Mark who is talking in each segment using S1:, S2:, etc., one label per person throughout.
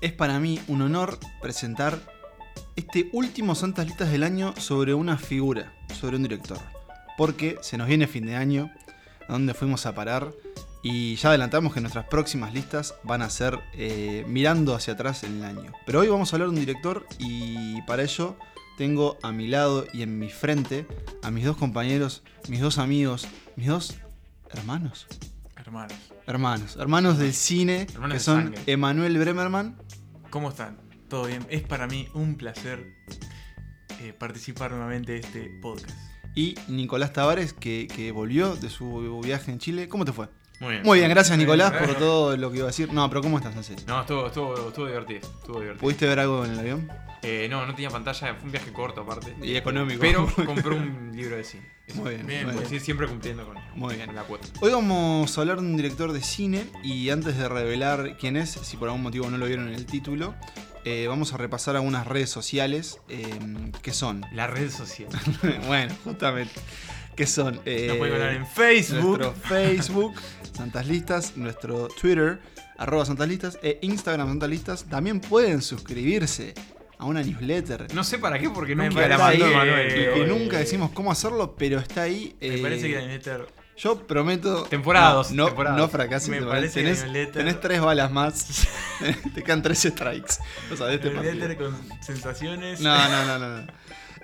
S1: es para mí un honor presentar este último Santas Listas del año sobre una figura, sobre un director. Porque se nos viene fin de año, a donde fuimos a parar, y ya adelantamos que nuestras próximas listas van a ser eh, mirando hacia atrás en el año. Pero hoy vamos a hablar de un director y para ello tengo a mi lado y en mi frente a mis dos compañeros, mis dos amigos, mis dos hermanos.
S2: Hermanos,
S1: Hermanos, hermanos del cine,
S2: Hermanos
S1: que
S2: de
S1: son
S2: sangre.
S1: Emanuel Bremerman
S2: ¿cómo están? ¿Todo bien? Es para mí un placer eh, participar nuevamente de este podcast.
S1: y Nicolás Tavares, que, que volvió de su viaje en Chile. ¿Cómo te fue?
S3: Muy bien.
S1: Muy bien, gracias
S2: Muy bien,
S1: Nicolás
S2: gracias.
S1: por todo lo que iba a decir. No, pero ¿cómo estás, en serio?
S3: No, estuvo, estuvo, estuvo divertido. Estuvo divertido.
S1: ¿Pudiste ver algo en el avión?
S3: Eh, no, no tenía pantalla, fue un viaje corto aparte.
S1: Y económico.
S3: Pero compré un libro de cine. Eso.
S1: Muy bien,
S2: Bien,
S1: muy
S3: Pues
S1: bien.
S3: sí, siempre cumpliendo con,
S1: Muy bien.
S3: con la cuota.
S1: Hoy vamos a hablar de un director de cine y antes de revelar quién es, si por algún motivo no lo vieron en el título, eh, vamos a repasar algunas redes sociales eh, que son,
S3: La red social.
S1: bueno, justamente, que son eh,
S2: Nos pueden hablar en Facebook.
S1: nuestro Facebook, Santas Listas, nuestro Twitter, arroba Santas Listas e Instagram Santas Listas. También pueden suscribirse a una newsletter.
S3: No sé para qué, porque
S2: Me
S3: nunca la
S2: parece
S3: mandó
S2: que-
S3: Manuel.
S1: Y que
S2: eh,
S1: nunca decimos cómo hacerlo, pero está ahí.
S2: Me
S1: eh,
S2: parece que la newsletter.
S1: yo prometo.
S3: Temporada
S1: no,
S3: dos,
S1: No,
S3: temporada
S1: no
S3: dos.
S1: fracases.
S2: Me
S1: te-
S2: parece que
S1: tenés,
S2: la newsletter-
S1: tenés tres balas más. te quedan tres strikes. O sea, de este
S2: la
S1: partido.
S2: newsletter con sensaciones.
S1: No, no, no, no. no.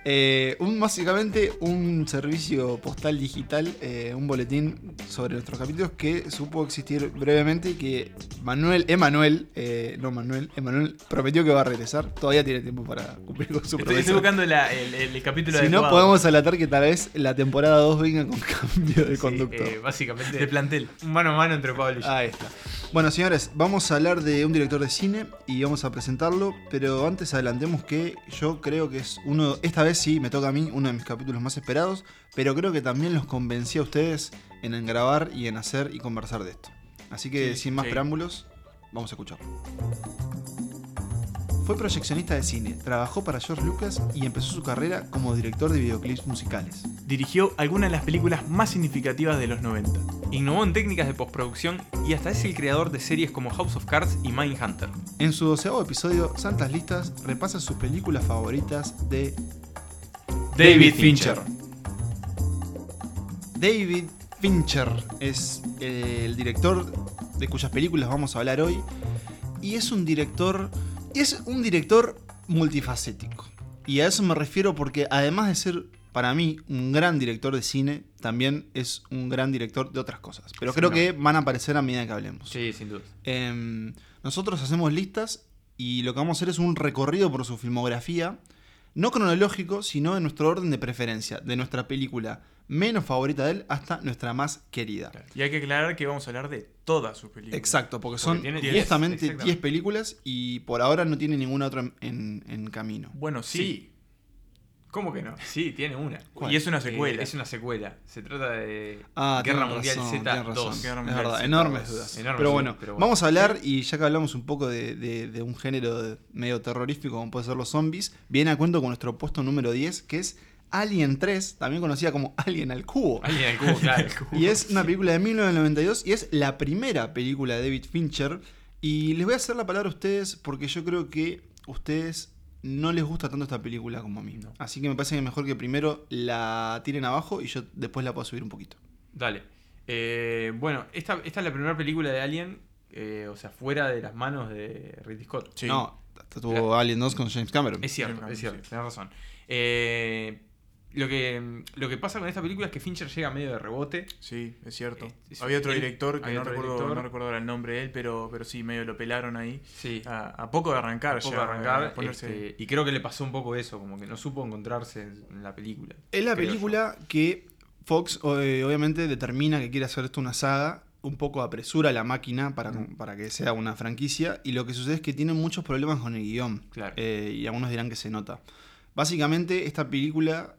S1: Eh, un, básicamente un servicio postal digital, eh, un boletín sobre nuestros capítulos que supo existir brevemente y que Manuel, Emanuel, eh, no Manuel, Emanuel prometió que va a regresar. Todavía tiene tiempo para cumplir con su
S2: Estoy,
S1: promesa.
S2: estoy buscando la- el, el capítulo
S1: si no,
S2: adecuado.
S1: podemos alatar que tal vez la temporada 2 venga con cambio de
S3: Sí,
S1: conductor.
S3: eh, básicamente,
S2: De plantel.
S3: un mano a mano entre Pablo y yo.
S1: Ahí está. Bueno, señores, vamos a hablar de un director de cine y vamos a presentarlo, pero antes adelantemos que yo creo que es uno, esta vez sí, me toca a mí, uno de mis capítulos más esperados, pero creo que también los convencí a ustedes en, en grabar y en hacer y conversar de esto. Así que
S2: Sí,
S1: sin más
S2: sí.
S1: preámbulos, vamos a escuchar. Fue proyeccionista de cine, trabajó para George Lucas y empezó su carrera como director de videoclips musicales.
S2: Dirigió algunas de las películas más significativas de los 90.
S3: Innovó en técnicas de postproducción y hasta es el creador de series como House of Cards y Mindhunter.
S1: En su doceavo episodio, Santas Listas repasa sus películas favoritas de
S3: David Fincher.
S1: David Fincher es eh, el director de cuyas películas vamos a hablar hoy. Y es un director. Es un director multifacético. Y a eso me refiero porque además de ser para mí un gran director de cine, también es un gran director de otras cosas. Pero
S3: Sí,
S1: creo
S3: no.
S1: que van a aparecer a medida que hablemos.
S3: Sí, sin duda.
S1: Em, nosotros hacemos listas y lo que vamos a hacer es un recorrido por su filmografía, no cronológico, sino en nuestro orden de preferencia, de nuestra película menos favorita de él hasta nuestra más querida.
S2: Y hay que aclarar que vamos a hablar de todas sus películas.
S1: Exacto, porque son
S3: tiene diez,
S1: justamente 10
S3: exactamente.
S1: películas y por ahora no tiene ninguna otra en, en- en camino.
S2: Bueno, sí.
S3: Sí. ¿Cómo que no? Sí, tiene una.
S1: ¿Cuál?
S2: Y es una
S3: Eh,
S2: secuela.
S3: es una secuela. Se trata de
S1: Ah,
S3: Guerra
S1: tienen
S3: Mundial
S1: razón,
S3: Z
S1: tienen razón.
S3: 2.
S2: Guerra
S1: Es
S2: Mundial
S1: verdad,
S2: Z
S1: enormes
S2: dos.
S1: dudas.
S3: Enormes
S1: pero,
S3: dudas,
S1: bueno,
S3: pero bueno.
S1: vamos a hablar, y ya que hablamos un poco de, de- de un género de- medio terrorífico como puede ser los zombies, viene a cuento con nuestro puesto número 10, que es Alien 3, también conocida como Alien al Cubo.
S3: Alguien del cubo, claro.
S1: Y es una película de 1992 y es la primera película de David Fincher. Y les voy a hacer la palabra a ustedes porque yo creo que ustedes no les gusta tanto esta película como a mí.
S2: No.
S1: Así que me parece que mejor que primero la tiren abajo y yo después la puedo subir un poquito.
S3: Dale. Eh, bueno, esta, esta es la primera película de Alien, eh, o sea, fuera de las manos de Ridley Scott.
S2: Sí.
S1: No, hasta tuvo Alien 2 con James Cameron.
S3: Es cierto,
S2: Sí,
S3: es cierto,
S2: sí.
S3: tenés razón. Eh, lo, que, lo que pasa con esta película es que Fincher llega medio de rebote.
S2: Sí, es cierto.
S1: Eh,
S3: Este, es-
S2: había otro
S3: él-
S2: director que
S3: había
S2: no
S3: otro
S2: recuerdo,
S3: director.
S2: no recuerdo ahora el nombre de él, pero, pero sí, medio lo pelaron ahí.
S3: Sí,
S2: A, a poco de arrancar,
S3: un poco de
S2: ya, a
S3: arrancar.
S2: ponerse-
S3: este, y creo que le pasó un poco eso, como que no supo encontrarse en en la película.
S1: Es la
S3: creo
S1: película que Fox eh, obviamente determina que quiere hacer esto una saga, un poco apresura la máquina para, para que sea una franquicia, y lo que sucede es que tienen muchos problemas con el guión,
S3: Claro.
S1: eh, y algunos dirán que se nota. Básicamente esta película,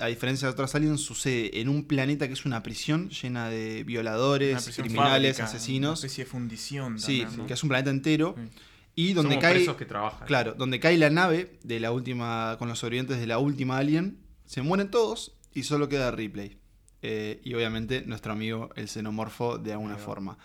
S1: a diferencia de otras aliens, sucede en un planeta que es una prisión llena de
S2: una
S1: violadores,
S2: prisión
S1: criminales,
S2: fábrica, Una
S1: asesinos,
S2: especie de fundición.
S1: sí,
S2: también, ¿no?
S1: que es un planeta entero,
S2: Sí.
S1: y donde
S3: Somos
S1: cae...
S3: presos que trabajan.
S1: Claro, donde cae la nave de la última. con los sobrevivientes de la última Alien, se mueren todos y solo queda Ripley. Eh, y obviamente nuestro amigo el xenomorfo de alguna
S3: Ahí va.
S1: forma.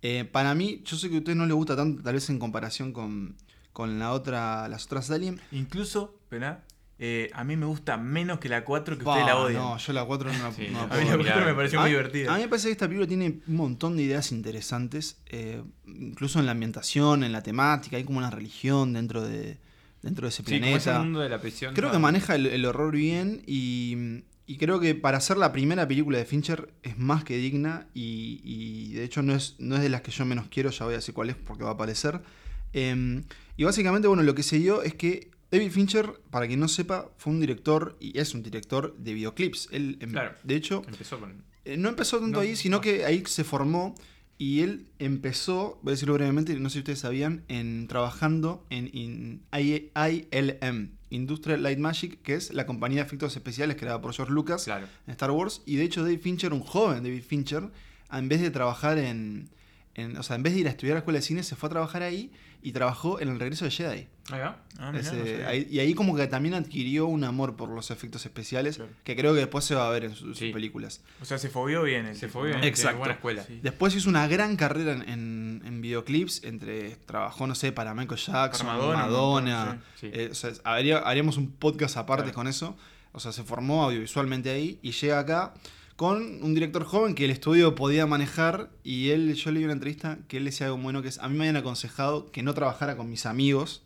S1: Eh, para mí, yo sé que a ustedes no les gusta tanto, tal vez en comparación con, con la otra, las otras Alien.
S2: Incluso, espera, eh, a mí me gusta menos que la 4 que ustedes
S1: Pa,
S2: la odian.
S1: No, yo la 4 no la,
S3: Sí,
S1: no la
S3: a
S2: a mí
S1: puedo
S2: la
S3: Mirá.
S2: 4 me pareció
S1: a,
S2: muy divertida.
S1: a mí me parece que esta película tiene un montón de ideas interesantes, eh, incluso en la ambientación, en la temática, hay como una religión dentro de, dentro de ese
S3: Sí, como es el
S1: planeta.
S3: mundo de la prisión.
S1: creo
S3: no.
S1: que maneja el, el horror bien y, y creo que para hacer la primera película de Fincher es más que digna y, y de hecho no es, no es de las que yo menos quiero, ya voy a decir cuál es porque va a aparecer. Eh, y básicamente, bueno, lo que se dio es que David Fincher, para quien no sepa, fue un director y es un director de videoclips. Él, em,
S3: Claro.
S1: De hecho,
S3: Empezó con.
S1: eh, No empezó tanto
S3: No,
S1: ahí, sino
S3: no.
S1: que ahí se formó y él empezó, voy a decirlo brevemente, no sé si ustedes sabían, en trabajando en, en I- ILM, Industrial Light Magic, que es la compañía de efectos especiales creada por George Lucas
S3: Claro.
S1: en Star Wars. Y de hecho David Fincher, un joven David Fincher, en vez de trabajar en, en- O sea, en vez de ir a estudiar a la escuela de cine, se fue a trabajar ahí y trabajó en El Regreso de Jedi.
S3: Ahí va.
S2: Ah, mirá,
S1: Ese-
S2: no sabía.
S1: ahí- y ahí como que también adquirió un amor por los efectos especiales,
S2: Claro.
S1: que creo que después se va a ver en su- sus
S3: Sí.
S1: películas.
S2: O sea, se fobió bien. el
S3: Se
S2: tipo,
S3: fue bien.
S2: ¿no?
S3: tiene
S1: Exacto.
S3: Buena escuela.
S2: Sí.
S1: Después hizo una gran carrera en, en- en videoclips, entre trabajó, no sé, para Michael Jackson,
S2: Para
S1: Madonna.
S2: Madonna,
S3: Sí.
S1: eh, o sea, habría- haríamos un podcast aparte
S3: Claro.
S1: con eso. O sea, se formó audiovisualmente ahí y llega acá con un director joven que el estudio podía manejar y él, yo leí una entrevista que él decía algo bueno que es, a mí me habían aconsejado que no trabajara con mis amigos.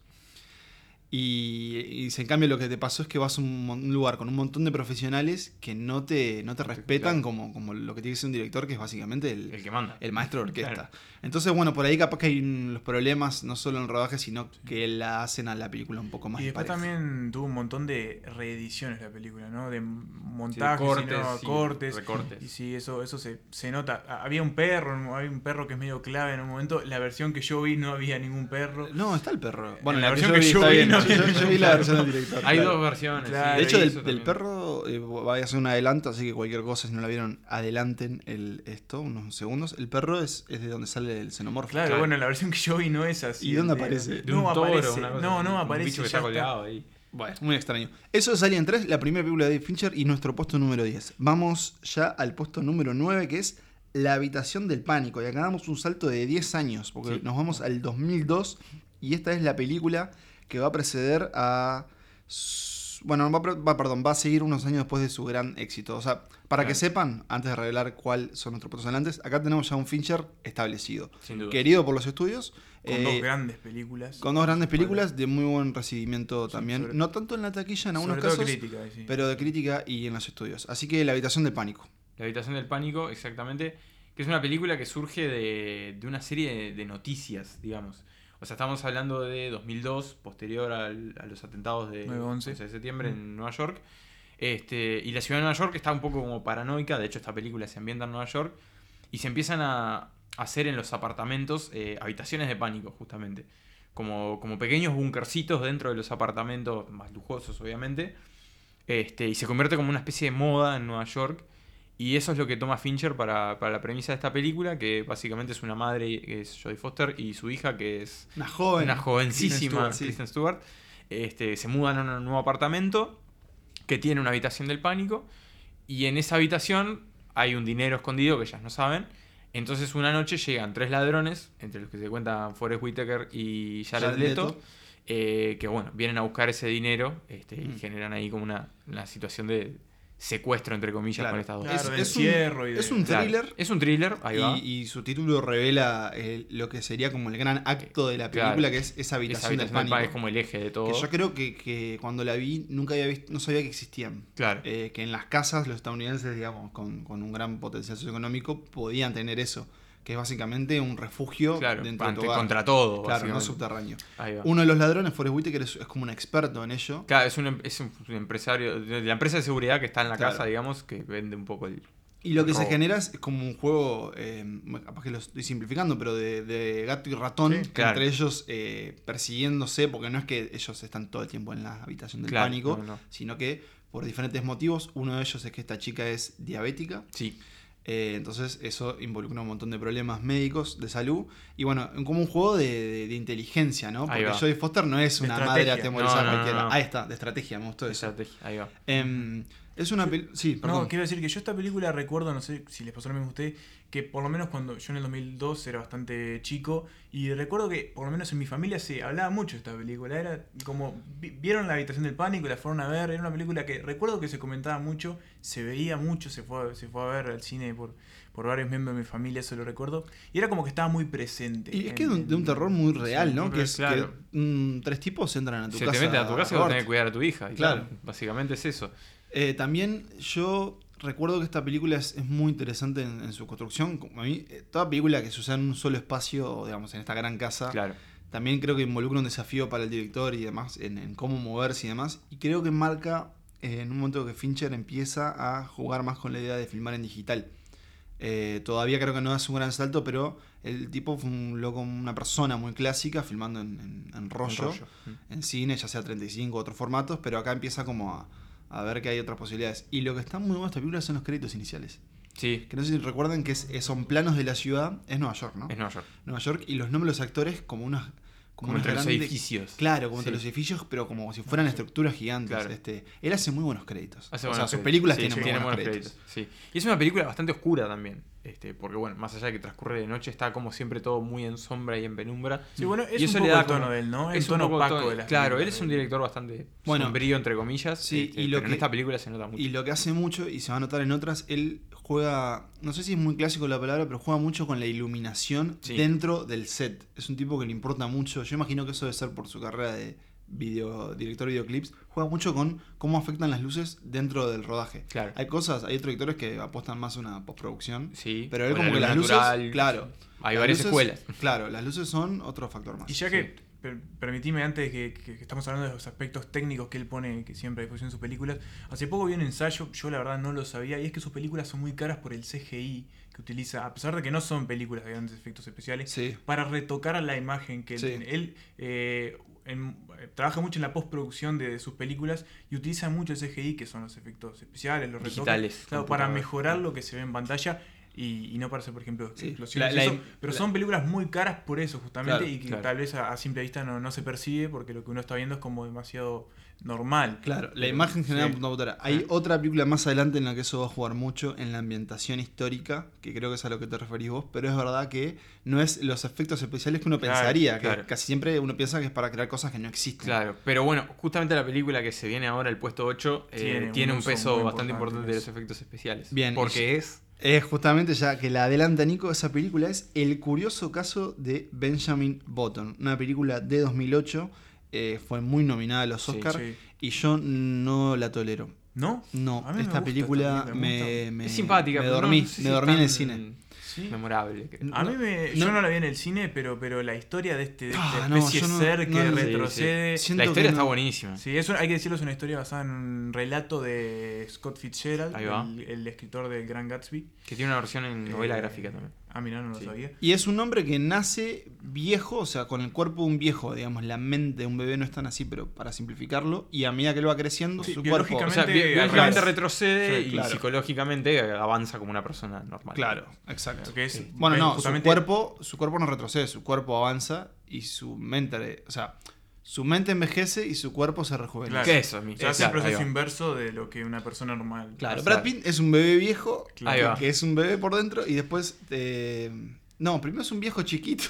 S1: Y, y dice, en cambio lo que te pasó es que vas a un, mon- un lugar con un montón de profesionales que no te, no te respetan
S3: claro.
S1: como, como lo que tiene que ser un director, que es básicamente el,
S3: El que manda.
S1: el maestro de orquesta.
S3: Claro.
S1: Entonces, bueno, por ahí capaz que hay un- los problemas, no solo en rodaje, sino que la hacen a la película un poco más
S2: Y después
S1: pareja.
S2: también tuvo un montón de reediciones la película, ¿no? De
S3: Sí,
S2: montajes,
S3: cortes,
S2: cortes,
S3: sí,
S2: cortes.
S3: recortes.
S2: Y sí, eso, eso se, se nota. Ah, Había un perro, había un perro que es medio clave en un momento. La versión que yo vi no había ningún perro.
S1: No, está el perro. Bueno,
S2: En
S1: la, versión que yo vi, está
S2: vi,
S1: bien.
S2: no
S1: yo,
S2: había-
S1: yo- yo vi la versión del director.
S3: Hay
S1: claro.
S3: dos versiones.
S2: Claro.
S3: sí,
S1: De hecho,
S3: eso
S1: del, del
S3: también.
S1: perro eh, vaya a ser un adelanto, así que cualquier cosa, si no la vieron, adelanten el, esto unos segundos. El perro es, es de donde sale el xenomorfo.
S2: Claro,
S3: Claro.
S2: bueno, la versión que yo vi no es así.
S1: ¿Y dónde
S2: entera.
S1: aparece?
S3: De
S2: no
S3: un toro,
S2: aparece.
S3: una cosa
S2: no,
S3: así,
S2: no
S3: un
S2: aparece.
S3: bicho que está
S2: ya está.
S3: colgado ahí.
S1: Bueno, muy extraño. Eso es Alien 3, la primera película de Dave Fincher y nuestro puesto número 10. Vamos ya al puesto número 9, que es La habitación del pánico. Y acá damos un salto de 10 años, porque
S3: Sí.
S1: nos vamos al 2002 y esta es la película que va a preceder a... s- Bueno, va, a pre- va- perdón, va a seguir unos años después de su gran éxito. O sea, para que
S3: Claro.
S1: sepan, antes de revelar cuál son nuestros puestos adelantes, acá tenemos ya un Fincher establecido.
S3: Sin duda.
S1: Querido por los estudios.
S2: Con
S1: eh,
S2: dos grandes películas.
S1: con dos grandes películas de muy buen recibimiento
S2: Sí,
S1: también.
S2: sobre-
S1: no tanto en la taquilla en algunos
S2: Sobre todo
S1: casos,
S2: crítica, sí.
S1: pero de crítica y en los estudios. Así que La habitación del pánico.
S3: La habitación del pánico, exactamente. Que es una película que surge de, de una serie de, de noticias, digamos. O sea, estamos hablando de 2002, posterior al- a los atentados de
S2: 9/11.
S3: 11 de septiembre en Nueva York. Este, y la ciudad de Nueva York está un poco como paranoica. De hecho, esta película se ambienta en Nueva York. Y se empiezan a hacer en los apartamentos eh, habitaciones de pánico, justamente. Como, como pequeños bunkercitos dentro de los apartamentos, más lujosos, obviamente. Este, y se convierte como una especie de moda en Nueva York. Y eso es lo que toma Fincher para, para la premisa de esta película, que básicamente es una madre, que es Jodie Foster, y su hija, que es
S1: Una joven.
S3: una jovencísima
S1: Kristen Stewart, sí.
S3: Kristen Stewart, este, se mudan a un nuevo apartamento que tiene una habitación del pánico y en esa habitación hay un dinero escondido que ellas no saben. Entonces una noche llegan tres ladrones, entre los que se cuentan Forrest Whitaker y Jared,
S1: Jared
S3: Leto,
S1: Leto.
S3: eh, que bueno, vienen a buscar ese dinero este, y
S1: Mm.
S3: generan ahí como una, una situación de secuestro, entre comillas,
S1: Claro.
S3: con estas dos.
S2: Claro,
S1: es-
S2: del
S1: es un-
S2: cierre y de-
S1: es un
S3: Claro.
S1: thriller.
S3: Es un thriller, ahí va.
S1: Y, y su título revela eh, lo que sería como el gran acto de la película,
S3: Claro.
S1: que es esa
S3: Esa
S1: habitación,
S3: habitación del pánico
S1: del
S3: es
S1: pánico.
S3: como el eje de todo.
S1: Que yo creo que, que cuando la vi nunca había visto, no sabía que existían.
S3: Claro.
S1: Eh, que en las casas los estadounidenses, digamos, con, con un gran potencial socioeconómico, podían tener eso, que es básicamente un refugio
S3: Claro,
S1: dentro de tu
S3: ante-
S1: hogar.
S3: contra todo.
S1: Claro, no
S3: básicamente.
S1: subterráneo.
S3: Ahí va.
S1: Uno de los ladrones, Forrest Whitaker, es, es como un experto en ello.
S3: Claro, es un, em- es un un empresario, de la empresa de seguridad que está en la
S1: Claro.
S3: casa, digamos, que vende un poco el...
S1: Y lo que se
S3: Robo.
S1: genera es como un juego, eh, bueno, capaz que lo estoy simplificando, pero de, de gato y ratón,
S2: Sí,
S1: que
S3: claro.
S1: entre ellos eh, persiguiéndose, porque no es que ellos están todo el tiempo en la habitación del
S3: Claro,
S1: pánico,
S3: no, no.
S1: sino que por diferentes motivos, uno de ellos es que esta chica es diabética,
S3: Sí,
S1: eh, entonces eso involucra un montón de problemas médicos, de salud, y bueno, como un juego de, de- de inteligencia, ¿no?
S3: Ahí
S1: Porque
S3: va.
S1: Jodie Foster no es
S2: De
S1: una madre
S2: estrategia.
S1: atemorizada
S3: No, no, no,
S1: cualquiera.
S3: no.
S1: Ahí está, de estrategia, me gustó eso.
S3: estrategia, ahí va.
S1: Em, Es una película. Sí, perdón.
S2: No, quiero decir que yo esta película recuerdo, no sé si les pasó lo mismo a ustedes, que por lo menos cuando yo en el 2002 era bastante chico, y recuerdo que por lo menos en mi familia se hablaba mucho de esta película. Era como, vi- vieron la habitación del pánico y la fueron a ver, era una película que recuerdo que se comentaba mucho, se veía mucho, se fue, a- se fue a ver al cine por, por varios miembros de mi familia, eso lo recuerdo, y era como que estaba muy presente.
S1: Y es
S2: en-
S1: que es de un, de un terror muy real, ¿no?
S3: muy
S1: Que es que,
S3: claro.
S1: mm, tres tipos entran a tu
S3: Se
S1: casa.
S3: te mete a tu casa y vos
S1: robarte.
S3: tenés que cuidar a tu hija. y
S1: Claro.
S3: claro. Básicamente es eso.
S1: Eh, también yo recuerdo que esta película es, es muy interesante en, en su construcción. Como a mí, eh, toda película que se usa en un solo espacio, digamos, en esta gran casa,
S3: Claro.
S1: también creo que involucra un desafío para el director y demás, en, en cómo moverse y demás. Y creo que marca eh, en un momento que Fincher empieza a jugar más con la idea de filmar en digital. Eh, todavía creo que no hace un gran salto, pero el tipo fue un loco, una persona muy clásica filmando en, en- en rollo,
S3: rollo. Mm.
S1: en cine, ya sea 35 u otros formatos, pero acá empieza como a, a ver que hay otras posibilidades. Y lo que está muy bueno de esta película son los créditos iniciales.
S3: Sí,
S1: Que no sé si recuerden que es- son planos de la ciudad, es Nueva York, ¿no?
S3: es Nueva York.
S1: Nueva York y los nombres de los actores como unos
S3: Como entre los
S1: grandes-
S3: edificios.
S1: Claro, como entre
S3: Sí.
S1: los edificios, pero como si fueran estructuras gigantes.
S3: Claro.
S1: Este, él hace muy buenos créditos.
S3: Hace
S1: o sea,
S3: buenos
S1: sus
S3: créditos.
S1: películas
S3: Sí,
S1: tienen
S3: sí,
S1: muy buenos créditos.
S3: sí. Y es una película bastante oscura también. Este, porque bueno, más allá de que transcurre de noche, está como siempre todo muy en sombra y en penumbra.
S2: Sí, bueno, es
S3: y
S2: un
S3: eso
S2: poco
S3: le da
S2: el tono
S3: como-
S2: de él, ¿no? Es
S3: es
S2: un tono
S3: poco
S2: opaco
S3: tono-
S2: de las
S3: Claro, él
S2: películas
S3: es
S2: de
S3: un
S2: él.
S3: director bastante
S1: Bueno.
S3: sombrío, entre comillas.
S1: Sí,
S3: este,
S1: y lo
S3: pero en
S1: que-
S3: esta película se nota mucho.
S1: Y lo que hace mucho, y se va a notar en otras, él juega, no sé si es muy clásico la palabra, pero juega mucho con la iluminación
S3: Sí.
S1: dentro del set. Es un tipo que le importa mucho. Yo imagino que eso debe ser por su carrera de video, director de videoclips. Juega mucho con cómo afectan las luces dentro del rodaje.
S3: Claro.
S1: Hay cosas, hay otros directores que apuestan más a una postproducción.
S3: Sí,
S1: Pero él
S3: o
S1: como
S3: la
S1: que
S3: luz
S1: las luces.
S3: natural.
S1: claro.
S3: Hay
S1: Las
S3: varias
S1: luces-
S3: escuelas.
S1: Claro, las luces son otro factor más.
S2: Y ya que, per- permitime antes que, que- que estamos hablando de los aspectos técnicos que él pone que siempre a disposición en sus películas, hace poco vi un ensayo, yo la verdad no lo sabía, y es que sus películas son muy caras por el CGI que utiliza, a pesar de que no son películas de grandes efectos especiales,
S1: Sí.
S2: para retocar a la imagen que él
S1: Sí.
S2: tiene. Él eh, en- eh, trabaja mucho en la postproducción de, de sus películas y utiliza mucho el CGI, que son los efectos especiales, los retoques,
S3: Digitales,
S2: claro, para
S3: computadoras.
S2: mejorar lo que se ve en pantalla. Y, y no para hacer, por ejemplo,
S1: Sí.
S2: explosiones.
S3: La-
S2: y
S3: la-
S2: eso, pero
S1: la-
S2: son películas muy caras por eso, justamente,
S1: Claro,
S2: y que
S3: claro.
S2: tal vez a, a simple vista no, no se percibe porque lo que uno está viendo es como demasiado normal.
S1: Claro, la
S2: Pero-
S1: imagen generada
S2: sí.
S1: por computadora. Hay otra película más adelante en la que eso va a jugar mucho, en la ambientación histórica, que creo que es a lo que te referís vos, pero es verdad que no es los efectos especiales que uno
S2: Claro,
S1: pensaría, que
S3: claro.
S1: casi siempre uno piensa que es para crear cosas que no existen.
S3: Claro, pero bueno, justamente la película que se viene ahora, el puesto 8, eh,
S2: Tiene
S3: tiene,
S2: un
S3: un
S2: uso
S3: peso
S2: muy
S3: bastante
S2: importante
S3: importante
S2: en
S3: de
S2: eso.
S3: los efectos especiales.
S1: Bien,
S3: Porque es.
S1: Es justamente ya que la adelanta Nico, esa película es El curioso caso de Benjamin Button, una película de 2008, eh, fue muy nominada a los
S3: Sí,
S1: Oscars
S2: sí.
S1: y yo no la tolero.
S2: ¿No?
S1: No,
S2: A mí me
S1: esta
S2: gusta
S1: película
S2: esta película, me
S1: me, me-
S3: es simpática,
S1: Me
S3: pero no-
S1: dormí,
S3: no sé si
S1: me
S3: es
S1: dormí en el
S3: tan
S1: cine.
S2: Sí.
S3: Memorable. creo.
S2: A
S1: No,
S2: mí me, yo
S1: no.
S2: no la vi en el cine, pero, pero la historia de este, de esta
S1: Ah, no,
S2: especie
S1: yo no-
S2: de ser
S1: no
S2: que
S1: la- Sí, sí.
S2: retrocede. Sí,
S1: Sí. siento
S3: la historia
S1: que no-
S3: está buenísima.
S2: es un- hay que decirlo, es una historia basada en un relato de Scott Fitzgerald,
S3: Ahí va.
S2: El, el escritor del Gran Gatsby.
S3: Que tiene una versión en novela
S2: Eh,
S3: gráfica también.
S2: Ah, mirá, no lo
S3: Sí.
S2: sabía.
S1: Y es un hombre que nace viejo, o sea, con el cuerpo de un viejo, digamos, la mente de un bebé no es tan así, pero para simplificarlo, y a medida que lo va creciendo,
S2: Sí,
S1: su cuerpo...
S2: biológicamente-
S3: O sea, bi-
S2: al
S3: biológicamente
S2: revés.
S3: retrocede
S1: Sí,
S3: y
S1: claro.
S3: psicológicamente eh, avanza como una persona normal.
S1: Claro, exacto.
S2: Lo que es-
S3: Sí.
S1: Bueno, no,
S2: justamente-
S1: su cuerpo, su cuerpo no retrocede, su cuerpo avanza y su mente, o sea, su mente envejece y su cuerpo se rejuvenece.
S2: Claro.
S3: ¿Qué es eso? mi-
S2: O sea, hace el
S3: Claro, ahí
S2: proceso
S3: va.
S2: inverso de lo que una persona normal.
S1: Claro,
S3: O sea,
S1: Brad Pitt es un bebé viejo,
S3: Ahí
S1: que,
S3: va.
S1: que es un bebé por dentro, y después... eh, no, primero es un viejo chiquito.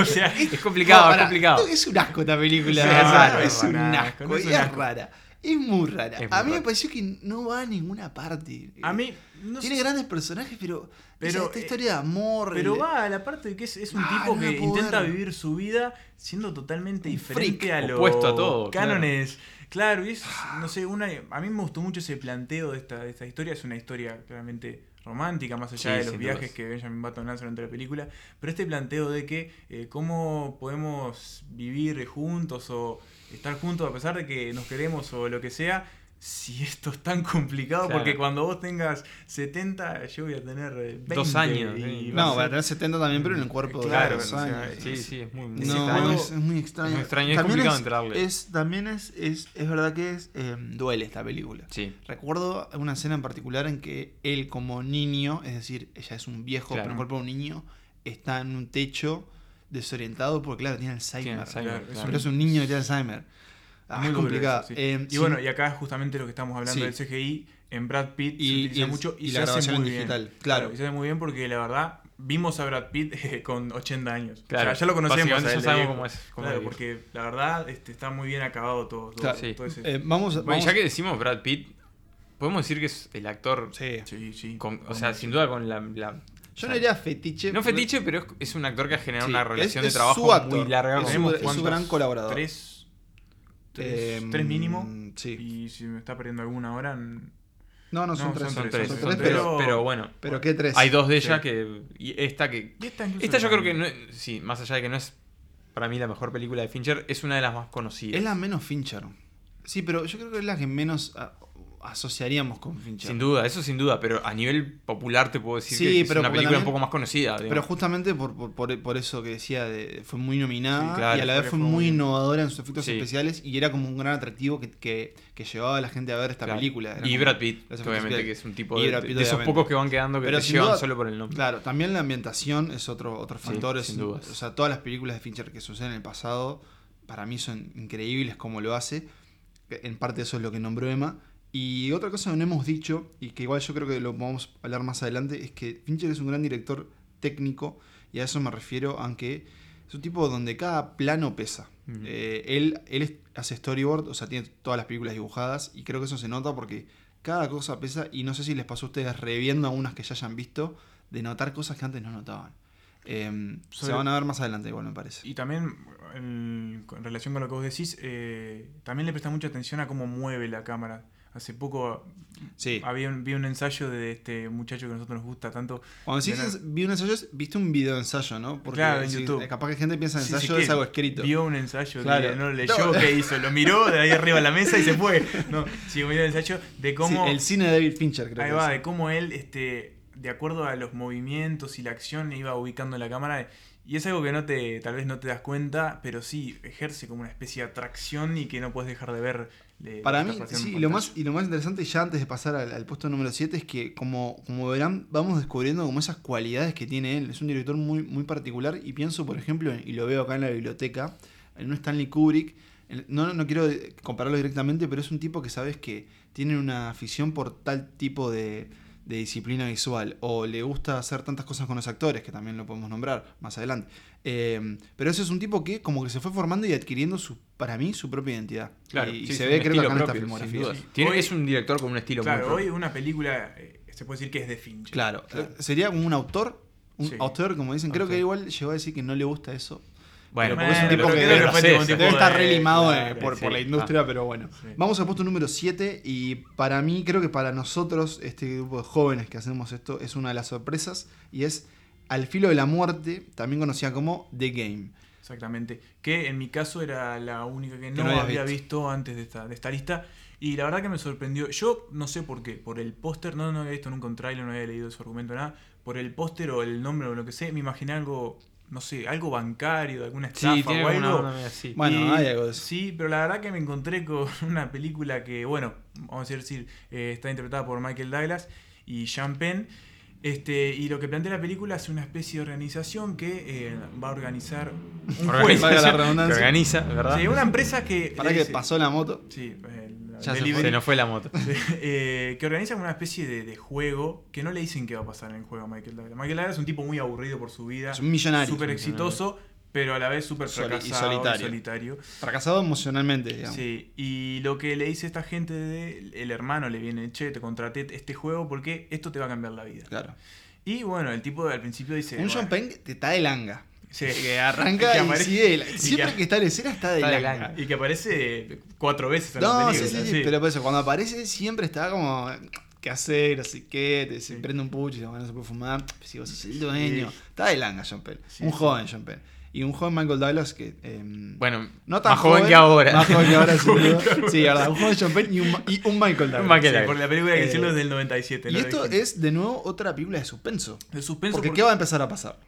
S2: O sea,
S1: Este
S3: Es complicado,
S1: No,
S3: es
S1: pará,
S3: complicado.
S1: no, es un asco esta película.
S3: Sí,
S1: la
S3: es
S1: verdad,
S3: raro,
S1: es,
S3: es
S1: un
S2: raro,
S1: asco.
S2: no es
S1: Es,
S2: un asco.
S1: rara. Es muy rara.
S3: Es muy
S1: a mí me
S3: rara.
S1: pareció que no va a ninguna parte.
S2: a mí. No
S1: Tiene
S2: sé-
S1: grandes personajes, pero.
S2: Pero,
S1: esa- esta
S2: eh,
S1: historia de amor.
S2: Pero
S1: el-
S2: va a la parte de que es, es un
S1: Ah,
S2: tipo
S1: no
S2: que
S1: la puedo
S2: intenta
S1: ver.
S2: vivir su vida siendo totalmente
S1: Un
S2: diferente
S1: freak,
S2: a los
S3: opuesto a todo, claro. Ah.
S2: cánones. Claro, y es, no sé, una, a mí me gustó mucho ese planteo de esta, de esta historia. Es una historia claramente romántica, más allá
S3: Sí,
S2: de los
S3: sin
S2: viajes
S3: dudas.
S2: que Benjamin Button lanza durante la película. Pero este planteo de que eh, cómo podemos vivir juntos o estar juntos a pesar de que nos queremos o lo que sea. Si esto es tan complicado,
S3: Claro.
S2: porque cuando vos tengas 70, yo voy a tener eh, 20
S3: Dos años, eh,
S2: y
S3: sí.
S2: va a
S1: No,
S2: ser-
S1: para tener 70 también, pero en el cuerpo de
S2: Claro,
S1: los
S2: o sea,
S1: años.
S3: Sí, sí, es muy, muy
S2: Ese
S1: No,
S3: extraño.
S2: juego-
S1: es, es muy extraño.
S3: es muy extraño, es
S1: También
S3: complicado entrarle.
S1: es- también es, es, es verdad que es, eh, duele esta película.
S3: Sí,
S1: Recuerdo una escena en particular en que él como niño, es decir, ella es un viejo,
S3: Claro.
S1: pero el cuerpo de un niño, está en un techo desorientado porque, claro, tiene Alzheimer.
S3: tiene Alzheimer,
S2: Claro, es
S3: claro.
S1: Pero es un niño que tiene Alzheimer. Ah,
S2: Muy
S1: es complicada.
S2: grueso, sí.
S1: Eh,
S2: y
S1: sí,
S2: bueno, y acá es justamente lo que estamos hablando
S1: Sí.
S2: del CGI. En Brad
S1: Y-
S2: Pitt se utiliza
S1: y el-
S2: mucho y,
S1: y
S2: se
S1: la
S2: hace
S1: grabación en
S2: muy bien.
S1: digital, claro.
S2: Y se hace muy bien porque la verdad, vimos a Brad Pitt eh, con 80 años. O sea,
S3: Claro,
S2: ya lo conocemos.
S3: básicamente
S2: a él
S3: ya
S2: de
S3: sabemos
S2: viejo.
S3: cómo es- cómo
S2: claro,
S3: es de
S2: porque la verdad este, está muy bien acabado todo. todo,
S1: Claro,
S3: sí.
S2: todo ese-
S1: eh, vamos,
S3: Bueno,
S1: vamos-
S3: ya que decimos Brad Pitt, podemos decir que es el actor,
S1: Sí.
S2: sí, sí.
S3: con- o sea, sin duda con la... la-
S1: Yo no diría fetiche.
S3: no
S1: porque-
S3: fetiche, pero es, es un actor que ha generado
S1: Sí,
S3: una
S1: es-
S3: relación
S1: es
S3: de
S1: su
S3: trabajo muy
S1: actor,
S3: larga.
S1: es
S3: con-
S1: su-
S2: Tenemos
S1: es su
S2: cuántos,
S1: gran colaborador.
S2: Tres, tres,
S1: Eh,
S2: tres mínimo.
S1: Sí.
S2: Y si me está perdiendo alguna hora. n-
S1: No, no, son
S2: no,
S1: tres.
S3: son
S1: Son
S3: tres,
S1: son
S3: son
S1: tres,
S3: tres,
S1: pero.
S3: pero, bueno,
S1: Pero qué tres.
S3: hay dos de ellas
S2: Sí.
S3: que... Y esta que...
S2: Y esta, incluso
S3: Esta yo
S2: era-
S3: creo que, no, sí, más allá de que no es para mí la mejor película de Fincher, es una de las más conocidas.
S1: Es la menos Fincher. Sí, pero yo creo que es la que menos a- asociaríamos con Fincher.
S3: Sin duda, eso sin duda, pero a nivel popular te puedo decir
S1: Sí,
S3: que
S1: pero
S3: es una
S1: porque
S3: película un
S1: también-
S3: poco más conocida.
S1: Pero
S3: digamos.
S1: justamente por, por, por- por eso que decía, de- fue muy nominada
S3: Sí, claro,
S1: y a la vez
S2: fue
S1: fue
S2: muy
S1: muy
S2: bien.
S1: innovadora en sus efectos
S3: Sí.
S1: especiales y era como un gran atractivo que, que, que llevaba a la gente a ver esta
S3: Claro.
S1: película. Era
S3: Y
S1: como-
S3: Brad Pitt,
S1: los efectos
S3: obviamente,
S1: especiales.
S3: que es un tipo
S1: Y
S3: de,
S1: Brad
S3: de
S1: Pitt,
S3: esos
S1: obviamente.
S3: pocos que van quedando que
S1: Pero
S3: te
S1: sin
S3: llevan
S1: duda-
S3: solo por el nombre.
S1: Claro, también la ambientación es otro, otro
S3: Sí,
S1: factor. es
S3: sin
S1: un-
S3: dudas.
S1: o sea, todas las películas de Fincher que suceden en el pasado, para mí son increíbles como lo hace. En parte eso es lo que nombró Emma. Y otra cosa que no hemos dicho, y que igual yo creo que lo vamos a hablar más adelante, es que Fincher es un gran director técnico, y a eso me refiero, aunque es un tipo donde cada plano pesa.
S3: Mm.
S1: Eh, él él es- hace storyboard, o sea, tiene todas las películas dibujadas, y creo que eso se nota porque cada cosa pesa, y no sé si les pasó a ustedes reviendo algunas que ya hayan visto, de notar cosas que antes no notaban. Eh, se
S2: Sobre-
S1: van a ver más adelante, igual me parece.
S2: Y también, el- en relación con lo que vos decís, eh, también le presta mucha atención a cómo mueve la cámara. Hace poco ah,
S1: Sí.
S2: había un, vi un ensayo de este muchacho que a nosotros nos gusta tanto.
S1: Cuando decís
S2: Mira.
S1: ens- vi un ensayo, es- viste un video ensayo, ¿no? Porque
S2: Claro, en
S1: si-
S2: YouTube.
S1: capaz que gente piensa
S2: Sí,
S1: ensayo
S2: sí,
S1: es
S2: que
S1: algo escrito.
S2: Vio un ensayo,
S1: Claro.
S2: que no lo leyó, ¿qué hizo? Lo miró de ahí arriba de la mesa y se fue. No, sí, miró el ensayo de cómo...
S1: Sí, el cine de David Fincher, creo
S2: Ahí
S1: que
S2: va,
S1: es.
S2: de cómo él, este, de acuerdo a los movimientos y la acción, iba ubicando la cámara. Y es algo que no te, tal vez no te das cuenta, pero sí ejerce como una especie de atracción y que no puedes dejar de ver. de-
S1: Para
S2: de
S1: mí,
S2: esta pasión
S1: sí,
S2: en
S1: y lo, más,
S2: pantalla.
S1: y lo más interesante, ya antes de pasar al, al puesto número 7, es que, como, como verán, vamos descubriendo como esas cualidades que tiene él. Es un director muy, muy particular y pienso, por ejemplo, en- y lo veo acá en la biblioteca, en un Stanley Kubrick. en- No, no quiero eh, compararlo directamente, pero es un tipo que sabes que tiene una afición por tal tipo de, de disciplina visual o le gusta hacer tantas cosas con los actores, que también lo podemos nombrar más adelante. Eh, pero ese es un tipo que como que se fue formando y adquiriendo su, para mí su propia identidad.
S3: Claro,
S1: y, y
S3: sí,
S1: se
S3: es
S1: ve
S3: un
S1: creo que acá en
S3: estilo
S1: esta
S3: propio, sin
S1: filmografía.
S3: dudas. Tiene-
S2: Hoy-
S3: es un director con un estilo muy
S2: Claro,
S3: propio.
S2: hoy una película eh, se puede decir que es de Fincher.
S1: Claro, eh, sería como un autor, un
S2: Sí.
S1: autor como dicen. Creo
S3: Autor.
S1: que igual llegó a decir que no le gusta eso.
S3: Bueno,
S1: porque es un tipo
S3: pero
S1: que
S3: creo
S1: debe-
S3: lo hace,
S2: debe
S3: sí.
S2: tipo
S1: Debe estar
S2: de-
S1: re limado eh,
S2: claro, ah,
S1: por,
S3: sí.
S1: por la industria, pero bueno.
S2: Sí.
S1: Vamos al puesto número 7 y para mí, creo que para nosotros, este grupo de jóvenes que hacemos esto, es una de las sorpresas y es Al filo de la muerte, también conocida como The Game.
S2: Exactamente. Que en mi caso era la única que no,
S1: no habías
S2: había
S1: visto.
S2: visto. antes de esta, de esta lista. Y la verdad que me sorprendió. Yo no sé por qué. Por el póster, no, no había visto nunca un tráiler, no había leído su argumento, nada. Por el póster o el nombre o lo que sea, me imaginé algo, no sé, algo bancario, alguna estafa
S3: Sí, tiene
S2: o
S3: una
S2: algo.
S3: onda medio así.
S1: Bueno, hay algo de eso.
S2: Sí, pero la verdad que me encontré con una película que, bueno, vamos a decir, eh, está interpretada por Michael Douglas y Sean Penn. Este, y lo que plantea la película es una especie de organización que eh, va a organizar un juez.
S1: Valga la
S3: que
S1: redundancia.
S3: organiza, ¿verdad?
S2: Sí, una empresa que.
S1: Para
S2: le
S1: que
S2: dice-
S1: pasó la moto.
S2: Sí, el- la-
S1: Ya
S2: el
S1: se
S2: delivery,
S3: Se nos fue la moto.
S2: eh, que organiza como una especie de, de juego que no le dicen qué va a pasar en el juego a Michael Douglas. Michael Douglas es un tipo muy aburrido por su vida,
S1: Es un millonario.
S2: súper
S1: Es un
S2: exitoso, pero a la vez súper
S1: Soli- y
S2: fracasado
S1: solitario.
S2: Y solitario.
S1: Fracasado emocionalmente, digamos.
S2: Sí, y lo que le dice esta gente, de, el hermano le viene, che, te contraté este juego porque esto te va a cambiar la vida.
S1: Claro.
S2: Y bueno, el tipo al principio dice...
S1: Un John
S2: bueno,
S1: Penn que te está de langa.
S2: sí,
S1: Que arranca
S2: que
S1: y
S2: apare-
S1: sigue de la-
S2: y
S1: Siempre
S2: que-
S1: que está en escena está de
S3: Está de
S1: langa.
S3: langa.
S2: y que aparece cuatro veces en la
S1: No, sí,
S2: película.
S1: sí, sí, pero por eso, cuando aparece siempre está como, ¿qué hacer? Así que, te se
S2: Sí.
S1: prende un pucho y dice, bueno, no se puede fumar. Pues Si vos sos el dueño. Está de langa John Penn.
S2: Sí,
S1: un
S2: sí.
S1: joven John Penn. Y un joven Michael Douglas que... em,
S3: Bueno,
S1: no tan
S3: más joven, que ahora.
S1: Más joven que ahora, sin duda. Sí, verdad. Un joven John Penn y un, ma- y un Michael Douglas.
S3: Michael
S2: Sí,
S3: Douglas.
S2: porque la película hay que
S1: Eh,
S2: decirlo es del 97.
S1: Y
S2: ¿no?
S1: esto
S2: Dije,
S1: es, de nuevo, otra película de suspenso.
S2: el suspenso
S1: porque,
S2: por
S1: ¿qué va a empezar a pasar?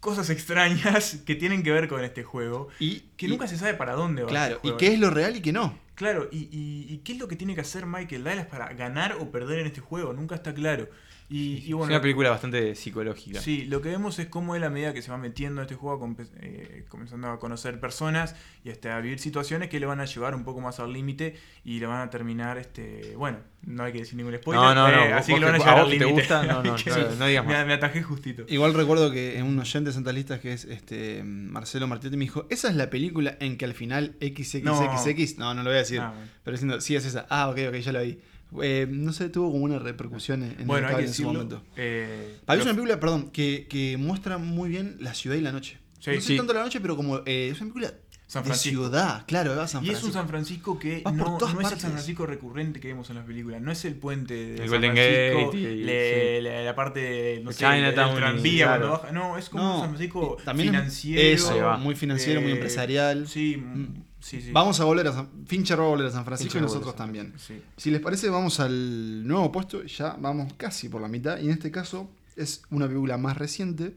S2: cosas extrañas que tienen que ver con este juego.
S1: Y,
S2: Que
S1: y-
S2: nunca se sabe para dónde va.
S1: Claro,
S2: este
S1: y
S2: juego.
S1: qué es lo real y qué no.
S2: Claro, y, y- y qué es lo que tiene que hacer Michael Dallas para ganar o perder en este juego? Nunca está claro. Y, y
S3: es una
S2: bueno,
S3: película bastante psicológica.
S2: Sí, lo que vemos es cómo él a medida que se va metiendo en este juego, com- eh, comenzando a conocer personas y hasta a vivir situaciones que le van a llevar un poco más al límite y le van a terminar, este, bueno, no hay que decir ningún spoiler,
S3: No, no,
S2: eh,
S3: no, vos-
S2: así que
S3: vos
S2: lo van a
S3: que-
S2: llevar
S3: a vos
S2: al
S3: que te
S2: límite.
S3: gusta, no, no,
S2: Que
S3: no,
S2: sí,
S3: no digas
S2: me,
S3: más.
S2: me atajé justito.
S1: Igual recuerdo que en un oyente de Santa Lista que es este Marcelo Martínez me dijo, esa es la película en que al final XXXX, no, no, lo voy a decir,
S2: Ah, bueno.
S1: pero diciendo, sí es esa, ah, ok, ok, ya la vi. Eh, no sé, tuvo como una repercusión en, en el
S2: bueno, hay
S1: cable
S2: que
S1: en su
S2: decirlo.
S1: momento.
S2: eh,
S1: Para mí es
S2: lo-
S1: una película, perdón, que, que muestra muy bien la ciudad y la noche.
S2: Sí,
S1: no sé
S3: sí.
S1: tanto la noche, pero como eh, es una película
S2: San
S1: de
S2: Francisco.
S1: ciudad, claro, va a San
S2: Y es
S1: Francisco.
S2: un San Francisco que
S1: Va por
S2: no,
S1: todas
S2: no es el
S1: partes.
S2: San Francisco recurrente que vemos en las películas. No es el puente de San
S3: Golden
S2: Francisco,
S3: Gate y-
S2: le- la, la parte de no
S3: El
S2: sé, el- el
S3: Chinatown y-
S2: tranvía
S3: claro.
S2: cuando baja. No, es como un
S1: No,
S2: San Francisco
S1: y también es-
S2: financiero.
S3: Ahí va.
S1: Eso, muy financiero, muy
S2: eh,
S1: empresarial.
S2: Sí,
S1: Mm.
S2: sí, sí.
S1: Vamos a volver a San... Fincher va a volver a San Francisco
S3: Fincher
S1: y
S3: va a volver
S1: nosotros
S3: a San
S1: también.
S2: Sí.
S1: Si les parece, vamos al nuevo puesto. Ya vamos casi por la mitad. Y en este caso es una película más reciente.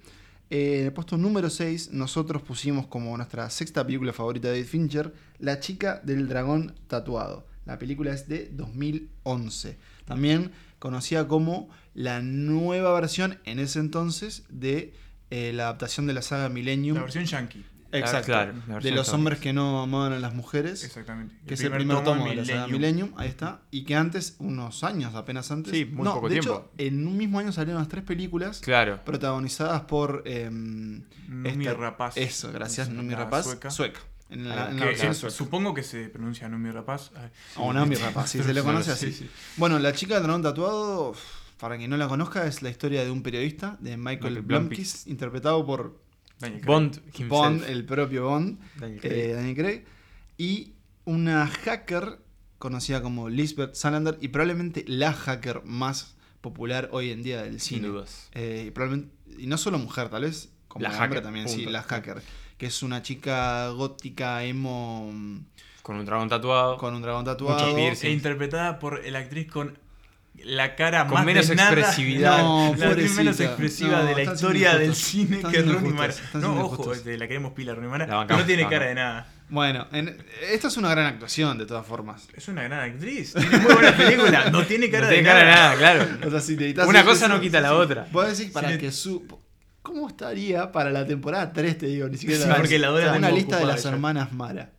S1: Eh, en el puesto número 6, nosotros pusimos como nuestra sexta película favorita de David Fincher, La chica del dragón tatuado. La película es de 2011. También conocida como la nueva versión en ese entonces de eh, la adaptación de la saga Millennium.
S2: La versión yankee,
S1: Exacto.
S3: Claro, la
S1: de
S3: versión
S1: los
S3: Sony.
S1: hombres que no amaban a las mujeres
S2: exactamente.
S1: que es el primer tomo, de la saga
S2: Millennium.
S1: Millennium, ahí está, y que antes, unos años apenas antes,
S3: Sí, muy
S1: no,
S3: poco
S1: de
S3: tiempo.
S1: hecho, en un mismo año salieron las tres películas
S3: Claro.
S1: protagonizadas por em,
S2: Numi
S1: esta-
S2: Rapaz.
S1: eso, gracias,
S2: Es
S1: Numi
S2: una
S1: Rapaz,
S2: sueca.
S1: sueca, en
S3: Ah,
S1: la, en la
S2: Que,
S1: versión
S2: eh,
S1: sueca.
S2: supongo que se pronuncia Numi Rapaz. Ah,
S1: O Numi Rapaz, si se le conoce así.
S2: Sí, sí.
S1: Bueno, la chica del dragón tatuado, uf, para quien no la conozca, es la historia de un periodista de Michael
S3: Michael
S1: Blomkist, interpretado por
S2: Daniel Craig.
S3: Bond himself.
S1: Bond, el propio Bond,
S3: Daniel Craig.
S1: eh, Daniel Craig, y una hacker conocida como Lisbeth Salander y probablemente la hacker más popular hoy en día del
S3: Sin
S1: cine.
S3: dudas.
S1: Eh, y, probablemente- y no solo mujer, tal vez, como
S3: La
S1: hombre
S3: hacker,
S1: también, sí,
S3: punto.
S1: la hacker, que es una chica gótica, emo,
S3: Con un dragón tatuado.
S1: con un dragón tatuado.
S3: Oh. piercing.
S2: e interpretada por la actriz con la cara
S3: Con
S2: más
S3: menos
S2: de nada-
S3: expresividad.
S1: No,
S2: la actriz
S1: pobrecita.
S2: menos expresiva
S1: No,
S2: de la
S1: están
S2: historia
S1: siendo
S2: del
S1: injustos.
S2: cine
S1: Están
S2: que es
S1: siendo
S2: Rooney Mara.
S1: injustos, están
S2: No,
S1: siendo
S2: ojo,
S1: injustos.
S2: este, la queremos pila Rooney Mara.
S3: La bancamos,
S2: no tiene
S3: la
S2: cara
S3: bancamos.
S2: de nada.
S1: Bueno, en- esta es una gran actuación de todas formas.
S2: Es una gran actriz. Tiene muy buena película. No tiene cara
S3: no
S2: de
S3: tiene cara de
S2: nada.
S3: nada,
S1: O
S3: claro.
S1: sea, si necesitas-
S3: Una cosa no quita la otra.
S1: Vos decís para
S2: Sí.
S1: que su. ¿Cómo estaría para la temporada 3, te digo? Ni siquiera
S2: Sí,
S1: la
S2: porque la hora
S1: Una
S2: tengo
S1: lista de
S2: ocupada
S1: las
S2: ya.
S1: hermanas Mara.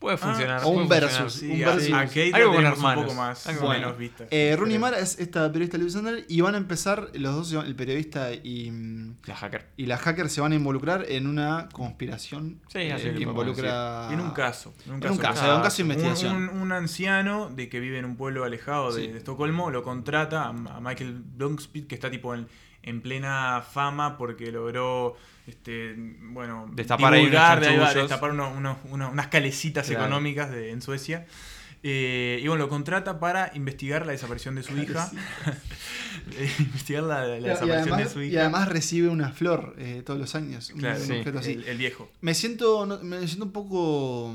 S3: Puede funcionar.
S2: Ah,
S1: o
S3: puede
S1: un
S3: funcionar.
S1: versus.
S2: Sí,
S1: Un
S2: a,
S1: verso.
S2: a Kate la
S3: Algo con
S2: tenemos un
S3: hermanos.
S2: poco más,
S3: Algo
S1: con
S2: menos
S1: hermanos.
S2: vista.
S1: Eh, Rooney Mara es esta periodista Luis Sander y van a empezar, los dos, se van- el periodista y, mm,
S3: La hacker.
S1: y la hacker se van a involucrar en una conspiración
S3: Sí,
S1: eh,
S3: así
S1: que
S3: le podemos
S1: involucra.
S2: En un caso. En un
S1: En
S2: caso.
S1: un caso,
S2: pues,
S1: en un caso de investigación.
S2: Un, un anciano de que vive en un pueblo alejado de,
S1: Sí.
S2: de Estocolmo lo contrata a, a Michael Blomsky que está tipo en, en plena fama porque logró este bueno
S3: Destapar ahí unos
S2: divulgar, de ahí va,
S3: chanchullos.
S2: destapar uno- uno- uno- unas calecitas
S3: Claro.
S2: económicas de- en Suecia. Eh, y bueno, lo contrata para investigar la desaparición de su hija. Eh, investigar la, la
S1: Y- y,
S2: desaparición de
S1: además,
S2: su
S1: y
S2: hija.
S1: además recibe una flor eh, todos los años. un-
S2: Claro,
S1: un
S2: sí,
S1: objeto así.
S2: el, el viejo.
S1: Me siento, no- me siento un poco,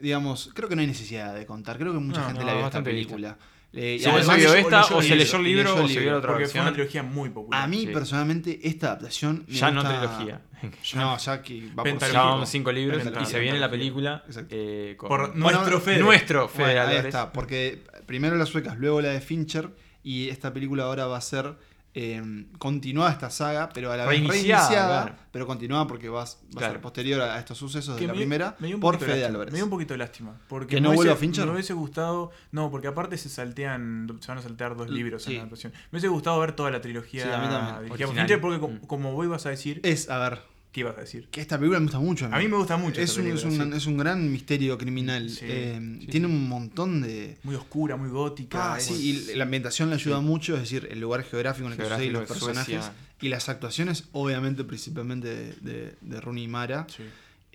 S1: digamos, creo que no hay necesidad de contar. Creo que mucha
S2: No,
S1: gente
S3: no,
S1: la vio esta
S3: bastante
S1: película. Eh, y
S3: Si vos
S1: además,
S3: se vio
S2: yo-
S3: esta,
S2: yo
S3: o
S2: leí
S3: se
S2: el
S3: leyó el libro,
S1: libro,
S3: o se vio la otra
S2: Porque fue una
S3: versión.
S2: trilogía muy popular.
S1: a mí
S3: Sí.
S1: personalmente esta adaptación... me
S3: Ya no
S1: gusta-
S3: trilogía.
S1: No, ya que va por
S2: Pentalogía.
S3: Ya
S1: cinco.
S3: vamos cinco libros
S1: Pero
S3: y
S1: está-
S3: se viene la película
S1: Exacto.
S3: eh, con
S2: Por
S1: Bueno,
S2: nuestro Fede.
S3: nuestro
S1: Bueno,
S3: Fede
S1: ahí
S3: Álvarez.
S1: está, porque primero las suecas, luego la de Fincher, y esta película ahora va a ser eh, continuada esta saga, pero a la vez
S3: Reiniciada,
S1: reiniciada,
S3: claro.
S1: pero continuada porque va, a- va a
S3: Claro.
S1: ser posterior a estos sucesos
S2: Que
S1: de la
S2: me-
S1: primera,
S2: me dio un
S1: por
S2: poquito de
S1: Fede
S2: lástima,
S1: Álvarez.
S2: Me dio un poquito de lástima. Porque
S1: ¿Que no
S2: me
S1: vuelva
S2: hubiese-
S1: Fincher?
S2: Me hubiese gustado. No, porque aparte se saltean. Se van a saltear dos
S1: L-
S2: libros
S1: sí.
S2: en la adaptación. Me hubiese gustado ver toda la trilogía
S1: Sí, a mí también. Eh,
S2: dirigida por
S3: Original.
S2: Fincher, porque co-
S3: Mm.
S2: como vos ibas a decir.
S1: Es, a ver,
S2: ¿Qué ibas a decir?
S1: que esta película me gusta mucho.
S2: A mí me gusta mucho.
S1: Es
S2: esta
S1: un, es,
S2: película,
S1: un,
S2: sí.
S1: es un gran misterio criminal.
S2: Sí,
S1: Eh,
S3: sí,
S1: tiene
S3: sí.
S1: un montón de.
S2: Muy oscura, muy gótica.
S1: Ah,
S2: es-
S1: sí, y la ambientación le ayuda mucho, es decir, el lugar geográfico en el que sucede y
S3: Geográfico
S1: los
S3: de Suecia.
S1: personajes. Y las actuaciones, obviamente, principalmente de, de, de Rooney Mara.
S2: Sí.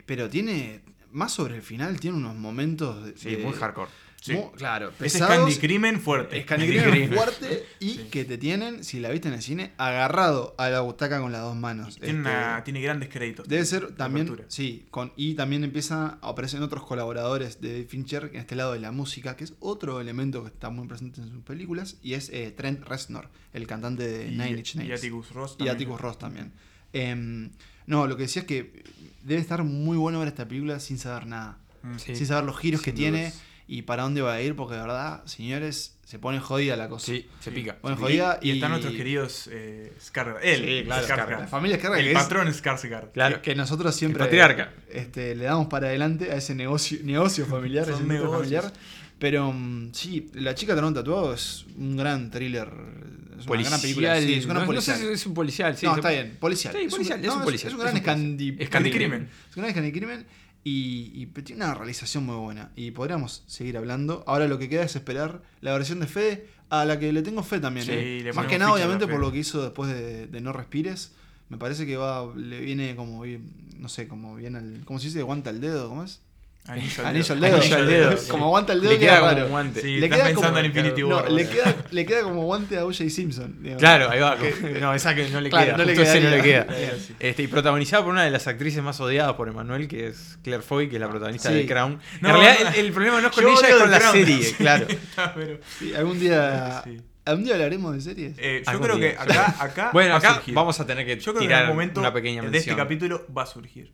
S1: Pero tiene. Más sobre el final, tiene unos momentos. De,
S3: Sí, muy hardcore.
S2: Sí.
S1: muy- claro,
S2: Ese es
S1: pesados.
S2: Candy Crimen fuerte.
S1: es Candy Crimen
S3: Crimen.
S1: fuerte y
S2: Sí.
S1: que te tienen, si la viste en el cine, agarrado a la butaca con las dos manos.
S2: Tiene,
S1: Este,
S2: una- tiene grandes créditos.
S1: Debe ser
S2: La
S1: también,
S2: apertura.
S1: sí, con, y también empiezan a aparecer otros colaboradores de Fincher en este lado de la música, que es otro elemento que está muy presente en sus películas, y es eh, Trent Reznor, el cantante de Nine Inch
S2: Y, y
S1: Nails.
S2: Atticus Ross.
S1: Y
S2: también.
S1: Atticus Ross también. Em, no, lo que decía es que debe estar muy bueno ver esta película sin saber nada,
S2: Mm.
S3: Sí.
S1: sin saber los giros que
S3: Sin
S1: tiene
S3: dudas.
S1: y para dónde va a ir, porque de verdad, señores, se pone jodida la cosa.
S3: Sí, se
S2: Sí.
S3: pica.
S1: Bueno,
S3: Se
S2: Y-
S1: jodida
S2: y, están
S1: y-
S2: nuestros queridos eh, Skarsgård. Él,
S3: Sí, claro,
S1: La
S2: Skarsgård.
S1: familia Escarga, que
S2: El
S1: es-
S2: patrón Skarsgård.
S3: Claro.
S1: que nosotros siempre
S3: El patriarca.
S1: este, le damos para adelante a ese negocio, negocio familiar,
S2: Son
S1: ese negocio
S2: negocios.
S1: familiar. Pero mm, sí, La chica de tatuado es un gran thriller, es una gran película.
S3: Policial,
S1: sí, es una
S3: no, no sé
S1: policial.
S3: si es un policial. Sí,
S1: no,
S3: se-
S1: está bien, policial.
S3: Sí, policial, es un
S1: no,
S3: policial,
S1: Es, un
S3: es
S1: gran
S3: un policial.
S1: escandi-
S3: Escandi-
S2: crimen.
S1: Es un gran escandicrimen y, y tiene una realización muy buena. Y podríamos seguir hablando. Ahora lo que queda es esperar la versión de Fede, a la que le tengo fe también.
S2: Sí,
S1: ¿eh?
S2: le
S1: Más
S2: ponemos
S1: que nada,
S2: ficha a la
S1: obviamente,
S2: Fede.
S1: por lo que hizo después de, de No Respires. Me parece que va le viene como bien, no sé, como bien al. ¿Cómo se dice? Guanta al dedo, ¿cómo es?
S2: Anillo
S1: Anillo al dedo.
S3: Anillo al dedo, sí.
S1: como aguanta el dedo,
S3: Le queda
S1: queda
S3: como
S1: raro.
S3: un guante.
S2: Sí,
S1: Le
S2: estás
S1: queda
S2: pensando
S1: como-
S2: en Infinity
S1: No,
S2: War.
S1: le
S2: boludo.
S1: queda, le queda como guante a O.J. Simpson. digamos.
S3: Claro, ahí va. No, esa que no le
S1: Claro,
S3: queda.
S1: no le
S3: justo ese no le
S1: quedaría.
S3: queda.
S2: Claro, sí.
S3: Este, y protagonizada por una de las actrices más odiadas por Emanuel, que es Claire Foy, que es la protagonista
S1: Sí.
S3: de Crown.
S2: No,
S3: en
S2: no.
S3: realidad, el, el problema no es con
S2: Yo
S3: ella,
S2: odio
S3: es con
S2: The
S3: la
S2: Crown.
S3: serie, claro.
S2: Ah, pero,
S1: Sí, algún
S3: Ah,
S1: día.
S2: sí.
S1: ¿Algún día hablaremos de series?
S2: Eh, yo
S3: Algún
S2: creo
S3: día,
S2: que acá, acá
S3: Bueno,
S2: va a
S3: acá
S2: surgir.
S3: vamos Ah, a tener que
S2: yo creo que en
S3: tirar
S2: algún momento
S3: una pequeña mención.
S2: de este capítulo va a surgir.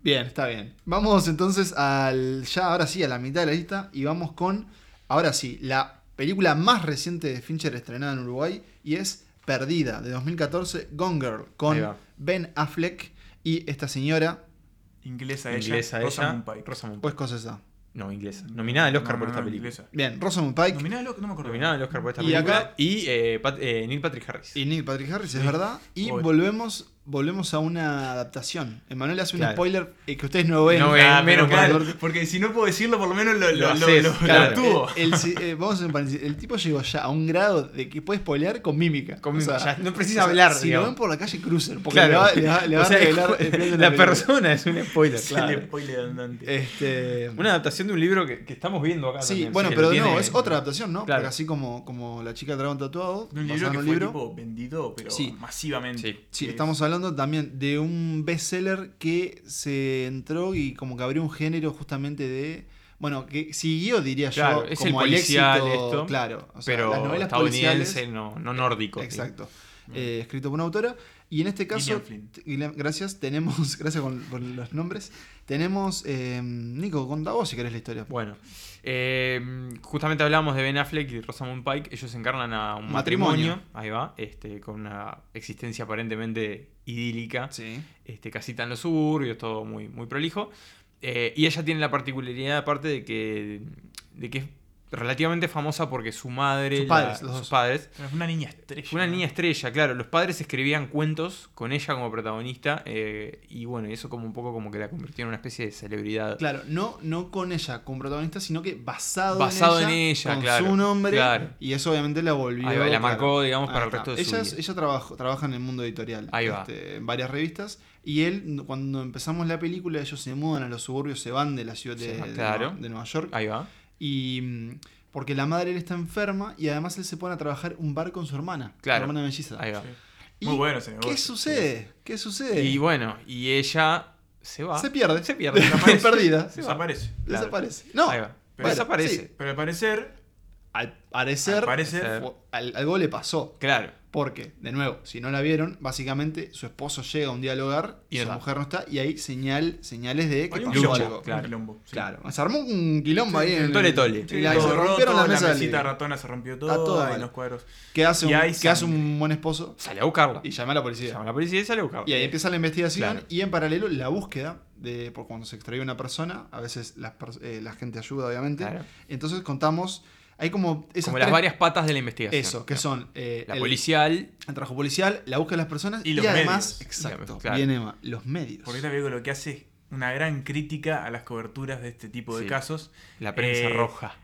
S1: Bien, está bien. Vamos entonces al. ya ahora sí, a la mitad de la lista. Y vamos con. Ahora sí, la película más reciente de Fincher estrenada en Uruguay. Y es Perdida, de 2014, Gone Girl,
S3: Ahí
S1: con
S3: va.
S1: Ben Affleck y esta señora,
S2: Inglesa ella,
S3: Inglesa
S2: Rosamund
S3: ella.
S2: Pike.
S3: Rosamund
S1: pues esa.
S3: Pike. No, inglesa. Nominada al Oscar
S2: No,
S3: por
S2: no,
S3: esta
S2: no,
S3: película.
S2: inglesa.
S1: Bien, Rosamund Pike
S2: Nominada al Oscar, no me acuerdo.
S3: Nominada al Oscar por esta
S1: Y
S3: película.
S1: acá-
S3: Y eh, Pat- eh, Neil Patrick Harris.
S1: y Neil Patrick Harris, es
S2: Sí.
S1: verdad. Y
S2: Obvio.
S1: volvemos volvemos a una adaptación. Emanuel hace un
S3: Claro.
S1: spoiler eh, que ustedes no ven.
S3: No ven,
S2: Ah,
S3: menos
S2: pero claro,
S1: mal.
S2: porque si no puedo decirlo, por lo menos lo, lo,
S3: Lo
S2: lo,
S3: haces,
S2: lo- lo
S3: claro.
S2: tuvo.
S1: El, el- eh, vamos a hacer un paréntesis. El tipo llegó ya a un grado de que puede spoilear con mímica.
S3: Con
S1: O sea,
S3: mi- ya no precisa
S1: O sea,
S3: hablar,
S1: Si
S3: digamos.
S1: lo ven por la calle, Cruiser. Porque
S3: Claro.
S1: le va, le va- le va
S3: O sea,
S1: a revelar
S3: es-
S1: el plan de
S3: la
S1: película.
S3: persona es un spoiler,
S2: Es
S3: claro.
S2: el spoiler andante.
S1: Este,
S3: Una adaptación de un libro que, que estamos viendo acá.
S1: sí,
S3: también,
S1: bueno,
S3: que
S1: pero
S3: lo
S1: de
S3: tiene-
S1: nuevo, es otra adaptación, ¿no?
S3: Claro.
S1: Porque así como, como La chica del dragón tatuado,
S2: De un libro
S1: basado en
S2: que
S1: un
S2: fue
S1: libro.
S2: tipo vendido, pero
S1: Sí.
S2: masivamente.
S3: Sí.
S1: Sí,
S2: Que
S1: estamos hablando también de un bestseller que se entró y como que abrió un género justamente de. Bueno, que siguió, diría
S3: Claro,
S1: yo,
S3: es
S1: como al
S3: el policial
S1: éxito,
S3: esto,
S1: Claro, o sea,
S3: pero
S1: las novelas policiales.
S3: estadounidense, no, no nórdico.
S1: Exacto.
S3: Mm.
S1: Eh, escrito por una autora. Y en este caso,
S2: Gillian Flynn.
S1: t- Gillian- gracias, tenemos, gracias con- por los nombres. Tenemos, eh, Nico, contá vos si querés la historia.
S3: Bueno, eh, justamente hablábamos de Ben Affleck y Rosamund Pike. Ellos encarnan a un
S1: Matrimonio.
S3: matrimonio, ahí va, este, con una existencia aparentemente idílica.
S1: Sí.
S3: Este, casita en los suburbios, todo muy, muy prolijo. Eh, y ella tiene la particularidad, aparte, de que, de que es relativamente famosa porque su madre,
S1: Sus
S3: la-
S1: padres, los dos.
S3: sus padres,
S2: Pero fue una niña estrella.
S3: Fue una
S2: ¿no?
S3: niña estrella, claro. Los padres escribían cuentos con ella como protagonista. eh, y bueno, y eso como un poco como que la convirtió en una especie de celebridad.
S1: Claro, no, no con ella como protagonista, sino que basado,
S3: Basado
S1: en
S3: en
S1: ella.
S3: ella,
S1: con
S3: claro,
S1: su nombre.
S3: claro.
S1: Y eso obviamente la volvió.
S3: Ahí va, y la
S1: claro.
S3: marcó, digamos,
S1: Ahí
S3: para el
S1: está.
S3: resto de su
S1: ella, es-
S3: vida.
S1: ella trabaja, trabaja en el mundo editorial.
S3: Ahí va.
S1: este, en varias revistas. Y él, cuando empezamos la película, ellos se mudan a los suburbios, se van de la ciudad
S3: Se
S1: de,
S3: va,
S1: de
S3: claro.
S1: Nueva- de Nueva York.
S3: Ahí va.
S1: Y mm, porque la madre él está enferma y además él se pone a trabajar un bar con su hermana,
S3: Claro.
S1: su hermana melliza.
S3: Ahí va.
S1: ¿Y
S2: Muy bueno ese negocio.
S1: ¿Qué sucede? ¿Qué sucede?
S3: Y bueno, y ella se va.
S1: se pierde,
S3: Se pierde.
S1: desaparece. perdida,
S3: Se va.
S2: Desaparece.
S3: Claro.
S1: desaparece. No,
S3: Ahí va. Pero
S1: Bueno,
S3: desaparece.
S1: sí.
S2: Pero al parecer,
S1: al parecer,
S2: al parecer
S1: fue- al- algo le pasó.
S3: Claro.
S1: Porque, de nuevo, si no la vieron, básicamente su esposo llega un día al hogar y
S3: Y no
S1: su
S3: está.
S1: mujer no está y hay señal, señales de que
S2: hay un
S1: pasó
S2: quilombo.
S1: algo.
S2: Claro.
S3: Claro.
S2: Un quilombo, sí.
S1: Claro, se armó un quilombo ahí en el-
S3: Tole, tole.
S2: Sí,
S1: la-
S2: todo
S1: se rompieron
S2: roto,
S1: la mesa del
S2: mesita
S1: living.
S2: ratona se rompió
S1: Está todo
S2: toda,
S1: mal.
S2: y los cuadros.
S1: Que hace,
S2: Y
S1: un,
S2: hay
S1: que hace un
S2: sangre.
S1: buen esposo
S3: Sale a buscarla.
S1: y llama a la policía.
S3: Llama a la policía y sale a buscarla.
S1: Y ahí empieza la investigación
S3: Claro.
S1: y en paralelo la búsqueda de por cuando se extrae una persona. A veces las pers- eh, la gente ayuda, obviamente.
S3: Claro.
S1: Entonces contamos, hay como esas
S3: Como las
S1: tres-
S3: varias patas de la investigación.
S1: Eso, que son eh,
S3: La
S1: el,
S3: policial.
S1: el trabajo policial, la búsqueda de las personas y,
S2: Y los
S1: además,
S2: medios.
S1: exacto,
S3: Claro.
S1: viene ma- los medios.
S2: Porque esta película lo que hace es una gran crítica a las coberturas de este tipo de
S3: Sí.
S2: casos.
S3: La prensa
S2: Eh,
S3: roja.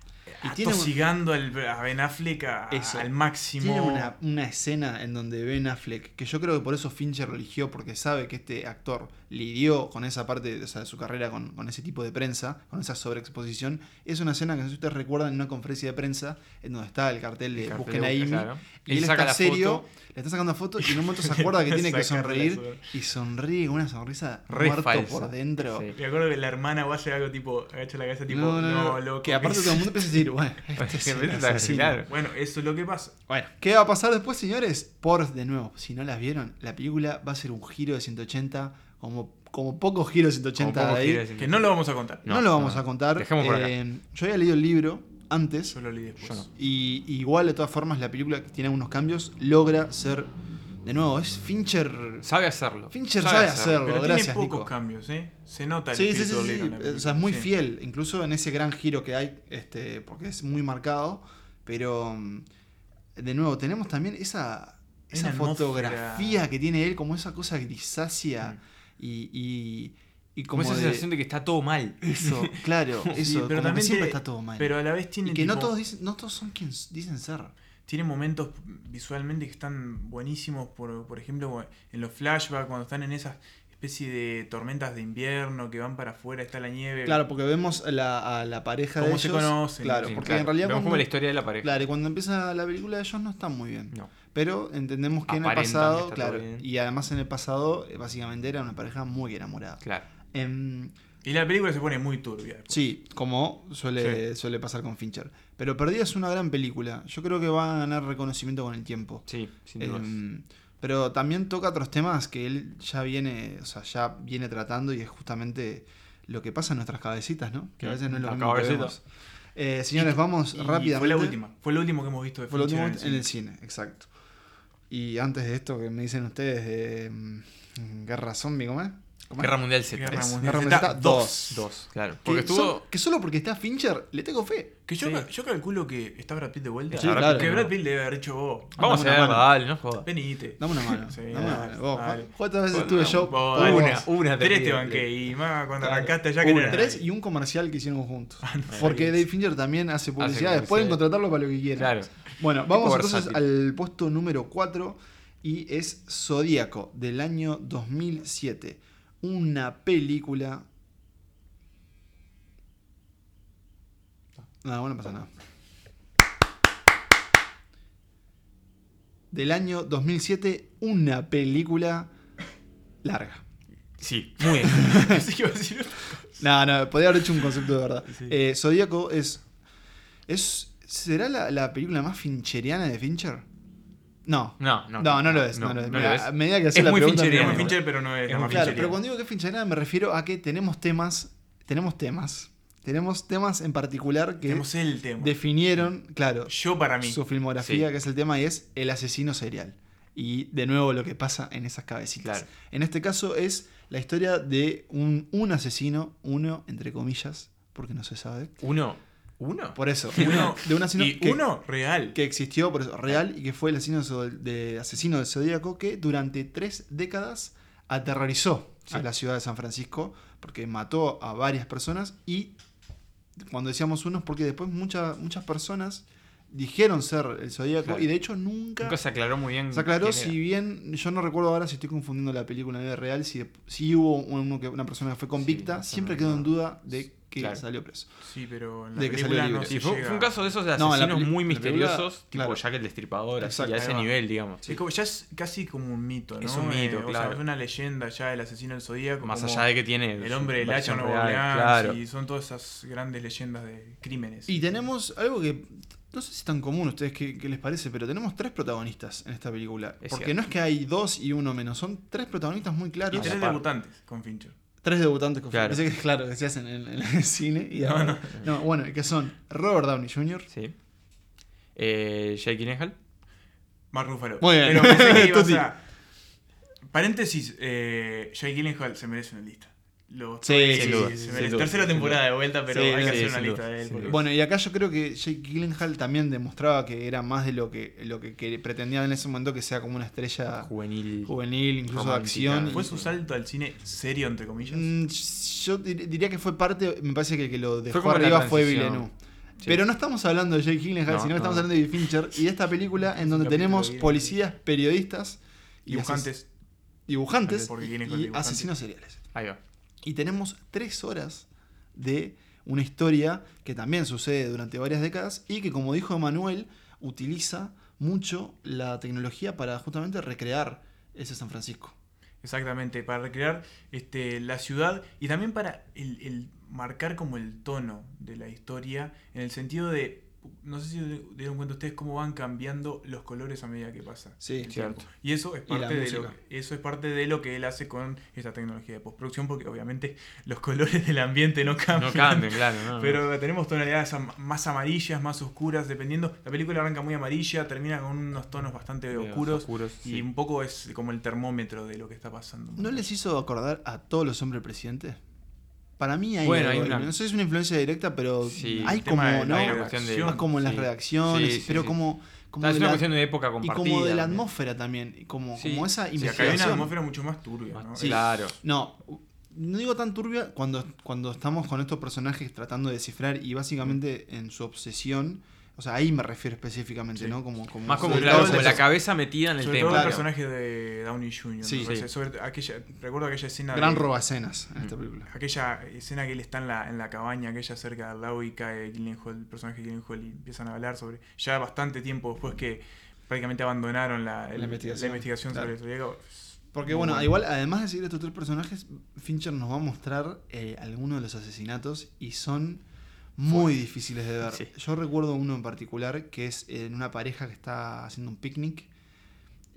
S1: Y tiene un-
S2: atosigando al, a Ben Affleck a-
S1: Eso.
S2: al máximo.
S1: Tiene una, una escena en donde Ben Affleck, que yo creo que por eso Fincher lo eligió, porque sabe que este actor lidió con esa parte o sea, de su carrera, con, con ese tipo de prensa, con esa sobreexposición. Es una escena que no sé si ustedes recuerdan en una conferencia de prensa, en donde está el cartel de
S3: El cartel
S1: Busquen
S3: de
S1: a Amy.
S3: busca, claro.
S1: Y él
S3: saca
S1: está
S3: la
S1: serio,
S3: foto.
S1: le está sacando foto y en un momento se acuerda que tiene que
S2: Sacarla
S1: sonreír
S2: sobre.
S1: y sonríe con una sonrisa
S3: Re
S1: muerto
S3: falsa.
S1: por dentro.
S3: Sí.
S2: Me acuerdo que la hermana va a hacer algo tipo, agacha la cabeza tipo,
S1: No,
S2: no,
S1: no, no.
S2: loco.
S1: que aparte todo el mundo empieza a decir, bueno, este es
S3: Que
S1: un
S3: empieza a-
S1: asesino.
S3: claro.
S2: Bueno, eso es lo que pasa.
S1: Bueno, ¿qué va a pasar después, señores? Por de nuevo, si no las vieron, la película va a ser un giro de 180 Como, como pocos giros 180
S3: Como poco
S1: ahí.
S3: quiere decir-
S2: Que no lo vamos a contar.
S1: No,
S3: No,
S1: lo vamos
S3: no.
S1: a contar.
S3: Dejemos por acá.
S1: Eh, yo había leído el libro antes.
S2: Yo lo leí después.
S3: Yo no.
S1: Y y igual, de todas formas, la película que tiene algunos cambios logra ser. De nuevo, es Fincher.
S3: Sabe hacerlo.
S1: Fincher sabe hacerlo.
S2: Pero
S1: Gracias,
S2: tiene pocos
S1: Nico.
S2: cambios, ¿eh? Se nota el
S1: Sí, sí, sí, sí,
S2: espíritu obrero en la
S1: eh,
S2: película.
S1: O sea, es muy
S2: Sí.
S1: fiel. Incluso en ese gran giro que hay, este, porque es muy marcado. Pero. mm, De nuevo, tenemos también esa.
S2: Hay
S1: Esa
S2: una atmósfera.
S1: fotografía que tiene él, como esa cosa grisácea. Y. y y
S3: Como
S1: como
S3: esa
S1: de-
S3: sensación de que está todo mal.
S1: eso, claro, eso,
S2: Sí, pero
S1: como que
S2: también
S1: siempre
S2: tiene-
S1: está todo mal.
S2: Pero a la vez tiene,
S1: Y que no
S2: tipo,
S1: todos dicen, no todos son quienes dicen ser.
S2: tiene momentos visualmente que están buenísimos. Por, por ejemplo, en los flashbacks, cuando están en esas especie de tormentas de invierno que van para afuera, está la nieve.
S1: Claro, porque vemos a la, a la pareja de
S2: Eh, Cómo
S1: ellos.
S2: se conocen,
S1: Claro,
S3: Sí,
S1: porque
S3: claro.
S1: en realidad
S3: Vemos
S1: cuando,
S3: como la historia de la pareja.
S1: claro, y cuando empieza la película ellos no están muy bien.
S3: No.
S1: Pero entendemos que en el
S3: Aparentan que
S1: pasado,
S3: está todo
S1: claro,
S3: bien.
S1: y además en el pasado eh, básicamente era una pareja muy enamorada.
S3: Claro.
S1: Em,
S2: Y la película se pone muy turbia. después.
S1: sí, como suele, suele pasar con Fincher. Pero Perdida es una gran película. Yo creo que va a ganar reconocimiento con el tiempo.
S3: Sí, sin duda.
S1: Em, pero también toca otros temas que él ya viene, o sea, ya viene tratando y es justamente lo que pasa en nuestras cabecitas, ¿no? Que a veces no es lo
S3: Las
S1: mismo que
S3: cabecitas.
S1: vemos. Eh, señores, vamos
S2: Y
S1: rápidamente.
S2: Fue la última. Fue lo último que hemos visto de
S1: Fue lo
S2: Fincher
S1: último
S2: en
S1: en,
S2: el
S1: el cine, exacto. Y antes de esto que me dicen ustedes de mm, Guerra Zombie, ¿cómo es? ¿Cómo es?
S3: Guerra Mundial Z.
S2: Guerra
S1: Es,
S2: Mundial
S1: Guerra
S2: Z
S1: Mundial Z
S2: dos.
S1: 2.
S3: Dos, claro.
S1: Que,
S3: Porque estuvo.
S1: so- que solo porque está Fincher le tengo fe.
S2: Que yo,
S3: Sí.
S2: ca- yo calculo que está Brad Pitt de vuelta.
S1: Sí, claro.
S2: Que Brad Pitt le debe haber dicho "Oh, vos.
S3: Vamos a
S1: Dame una
S3: ver,
S1: mano.
S3: dale, no jodas.
S2: Venite.
S1: Dame una mano.
S2: Sí,
S1: dame una mano. Vos,
S2: dale.
S1: ¿cu- ¿Cuántas veces
S3: Bueno,
S1: estuve yo?
S2: vos,
S1: por
S3: una,
S1: vos?
S3: una te
S2: Tres te
S3: pido.
S2: banqué y más
S1: Claro.
S2: cuando
S1: Uh,
S2: arrancaste ya que
S3: Una.
S2: no era
S1: Tres
S2: nadie.
S1: y un comercial que hicieron juntos.
S2: sabía
S1: Porque
S2: eso.
S1: Dave Finger también hace publicidad.
S3: publicidad.
S1: Pueden contratarlo para lo que quieran.
S3: Claro.
S1: Bueno, vamos
S3: Tipo
S1: entonces
S3: versátil.
S1: al puesto número 4 y es Zodíaco del año 2007. Una película.
S3: Ah.
S1: Nada, bueno, no pasa nada. Del año 2007, una película larga.
S3: Sí, muy bien.
S2: Pensé que iba a decir otra
S1: No, no, podría haber hecho un concepto de verdad.
S3: Sí.
S1: Eh, Zodíaco es. es ¿Será la, la película más fincheriana de Fincher? No.
S3: No, no.
S1: No, no lo es. No, lo es. Mira, A medida que hacía
S3: Es
S1: la
S3: muy
S1: pregunta,
S2: Es
S3: fincheriana.
S1: mira,
S2: más Fincher, pero no es,
S3: Es
S2: la
S3: muy
S2: más
S1: Claro,
S2: fincheriana.
S1: pero cuando digo que es fincheriana me refiero a que tenemos temas. Tenemos temas. Tenemos temas en particular que
S2: Tenemos el tema.
S1: definieron, claro,
S2: Yo para mí.
S1: su filmografía,
S3: Sí.
S1: que es el tema, y es el asesino serial. Y de nuevo lo que pasa en esas cabecitas.
S3: Claro.
S1: En este caso es la historia de un, un asesino, uno, entre comillas, porque no se sabe.
S3: Uno. ¿Uno?
S1: Por eso,
S2: Uno.
S1: de un asesino
S2: y
S1: Ah, que,
S2: uno real.
S1: que existió, por eso, real, y que fue el asesino zo- de, asesino del Zodíaco que durante tres décadas aterrorizó
S3: Ah.
S1: a la ciudad de San Francisco, porque mató a varias personas y cuando decíamos unos, porque después muchas muchas personas dijeron ser el Zodíaco
S3: Claro.
S1: y de hecho nunca...
S3: Nunca se aclaró muy bien.
S1: Se aclaró,
S3: quién era.
S1: si bien yo no recuerdo ahora si estoy confundiendo la película en la vida real, si, si hubo uno que, una persona que fue convicta,
S3: eso
S1: siempre
S3: no
S1: quedó en
S3: recuerdo.
S1: duda de que
S3: Claro.
S1: salió preso.
S2: Sí, pero en la
S1: De que
S2: película
S1: salió
S2: no
S1: libre.
S3: Sí,
S2: se
S3: fue,
S2: llega.
S3: fue un caso de esos de
S1: No, la
S3: asesinos
S1: peli-
S3: muy
S1: la película-
S3: misteriosos,
S1: claro.
S3: tipo Jack el Destripador, así,
S1: Exacto,
S3: a
S2: ahí
S3: ese
S2: va.
S3: nivel, digamos.
S2: Es como- ya es casi como un mito, ¿no? Eh,
S3: Es un mito,
S2: o sea,
S3: claro.
S2: es una leyenda ya el asesino del zodíaco.
S3: Más
S2: como
S3: allá de que tiene.
S2: El hombre del hacha
S3: versión
S2: Nueva
S3: real,
S2: Orleans
S3: Claro.
S2: y son todas esas grandes leyendas de crímenes.
S1: Y tenemos algo que no sé si es tan común a ustedes qué, qué les parece, pero tenemos tres protagonistas en esta película.
S3: Es
S1: Porque
S3: cierto.
S1: no es que hay dos y uno menos, son tres protagonistas muy
S2: Y
S1: claros.
S2: tres
S3: Aparte.
S2: debutantes con Fincher.
S1: Tres debutantes con
S3: Claro.
S1: Pensé que, claro, que se hacen en, en el cine. Y
S2: No,
S1: ahora-
S2: no.
S1: no, bueno, que son Robert Downey Jr.
S3: Sí. Eh, Jake Gyllenhaal.
S2: Mark Ruffalo.
S1: Muy bien.
S2: Pero pensé que ibas
S1: Tuti.
S2: a- Paréntesis, eh, Jake Gyllenhaal se merece una lista. Lo
S1: Sí,
S2: estoy-
S1: sin
S3: duda,
S2: se
S3: sin
S2: merece.
S3: duda,
S2: Tercera
S3: sin
S2: temporada
S3: duda.
S2: de vuelta, pero
S1: Sí,
S2: hay que
S1: sí,
S2: hacer una
S3: sin
S2: lista
S3: duda,
S2: de él.
S3: sin
S2: porque-
S3: duda.
S1: Bueno, y acá yo creo que Jake Gyllenhaal también demostraba que era más de lo que, lo que, que pretendía en ese momento que sea como una estrella
S3: Juvenil.
S1: juvenil, incluso de
S3: Romántica.
S1: acción.
S2: ¿Fue
S1: y-
S2: su salto al cine serio, entre comillas?
S1: Mm, Yo dir- diría que fue parte, me parece que el que lo dejó
S3: como la
S1: arriba fue
S3: transición.
S1: Villeneuve.
S3: Sí.
S1: Pero no estamos hablando de Jake Gyllenhaal,
S3: No,
S1: sino que estamos
S3: no.
S1: hablando de Fincher y de esta película en donde
S2: capítulo
S1: tenemos
S2: bien.
S1: policías, periodistas y ases-
S2: Dibujantes.
S1: dibujantes
S2: Porque
S1: y,
S2: Gyllenhaal
S1: y
S2: dibujante.
S1: asesinos seriales.
S3: Ahí va.
S1: Y tenemos tres horas de una historia que también sucede durante varias décadas y que, como dijo Manuel, utiliza mucho la tecnología para justamente recrear ese San Francisco.
S2: Exactamente, para recrear este, la ciudad y también para el, el marcar como el tono de la historia, en el sentido de no sé si dieron cuenta ustedes cómo van cambiando los colores a medida que pasa.
S1: Sí,
S2: el
S3: cierto.
S2: tiempo. Y eso es
S1: Y la
S2: parte de lo
S1: música.
S2: eso es parte de lo que él hace con esta tecnología de postproducción porque obviamente los colores del ambiente no
S3: No
S2: cambian.
S3: cambien, claro. no, no.
S2: Pero tenemos tonalidades am- más amarillas, más oscuras, dependiendo. La película arranca muy amarilla, termina con unos tonos bastante
S3: Medio
S2: oscuros, y
S3: sí.
S2: un poco es como el termómetro de lo que está pasando.
S1: ¿No les hizo acordar a todos los hombres presidentes? Para mí hay,
S3: Bueno,
S1: algo
S3: hay
S1: ahí.
S3: una-
S1: No sé si es una influencia directa, pero
S3: Sí,
S1: hay
S2: el
S1: como,
S2: tema de
S1: ¿no?
S2: la
S3: Hay una
S1: Más
S3: cuestión de-
S2: redacción,
S1: como en las
S3: sí.
S1: redacciones,
S3: Sí, sí,
S1: pero
S3: sí.
S1: como, como
S3: Ah, es
S1: de
S3: una
S1: la-
S3: cuestión de época
S1: y
S3: compartida.
S1: como de la
S3: también.
S1: atmósfera también, y como,
S3: Sí.
S1: como esa
S3: Sí,
S2: Sí, acá hay una
S1: investigación.
S2: atmósfera mucho más turbia, ¿no?
S3: Más-
S1: Sí.
S3: Claro.
S1: No, no digo tan turbia cuando, cuando estamos con estos personajes tratando de descifrar y básicamente en su obsesión, o sea, ahí me refiero específicamente,
S2: Sí.
S1: ¿no? Como, como
S3: Más como,
S1: sobre
S3: claro,
S1: todo
S3: como
S1: el-
S3: la cabeza metida en el
S2: Sobre
S3: tema.
S2: todo
S1: Claro.
S2: el personaje de Downey Jr. me
S1: Sí.
S2: parece.
S3: Sí.
S2: Sobre aquella, recuerdo aquella escena.
S1: Gran
S2: de-
S1: roba escenas en esta
S3: Mm.
S1: película.
S2: Aquella escena que él está en la, en la cabaña, aquella cerca del lago y cae Gyllenhaal, el personaje de Gyllenhaal y empiezan a hablar sobre. Ya bastante tiempo después que prácticamente abandonaron la, el-
S1: La investigación.
S2: investigación sobre
S1: Claro.
S2: el Zodíaco.
S1: Porque
S2: Muy
S1: bueno,
S2: bueno.
S1: igual, además de seguir a estos tres personajes, Fincher nos va a mostrar eh, algunos de los asesinatos y son muy difíciles de ver.
S3: Sí.
S1: Yo recuerdo uno en particular que es en una pareja que está haciendo un picnic.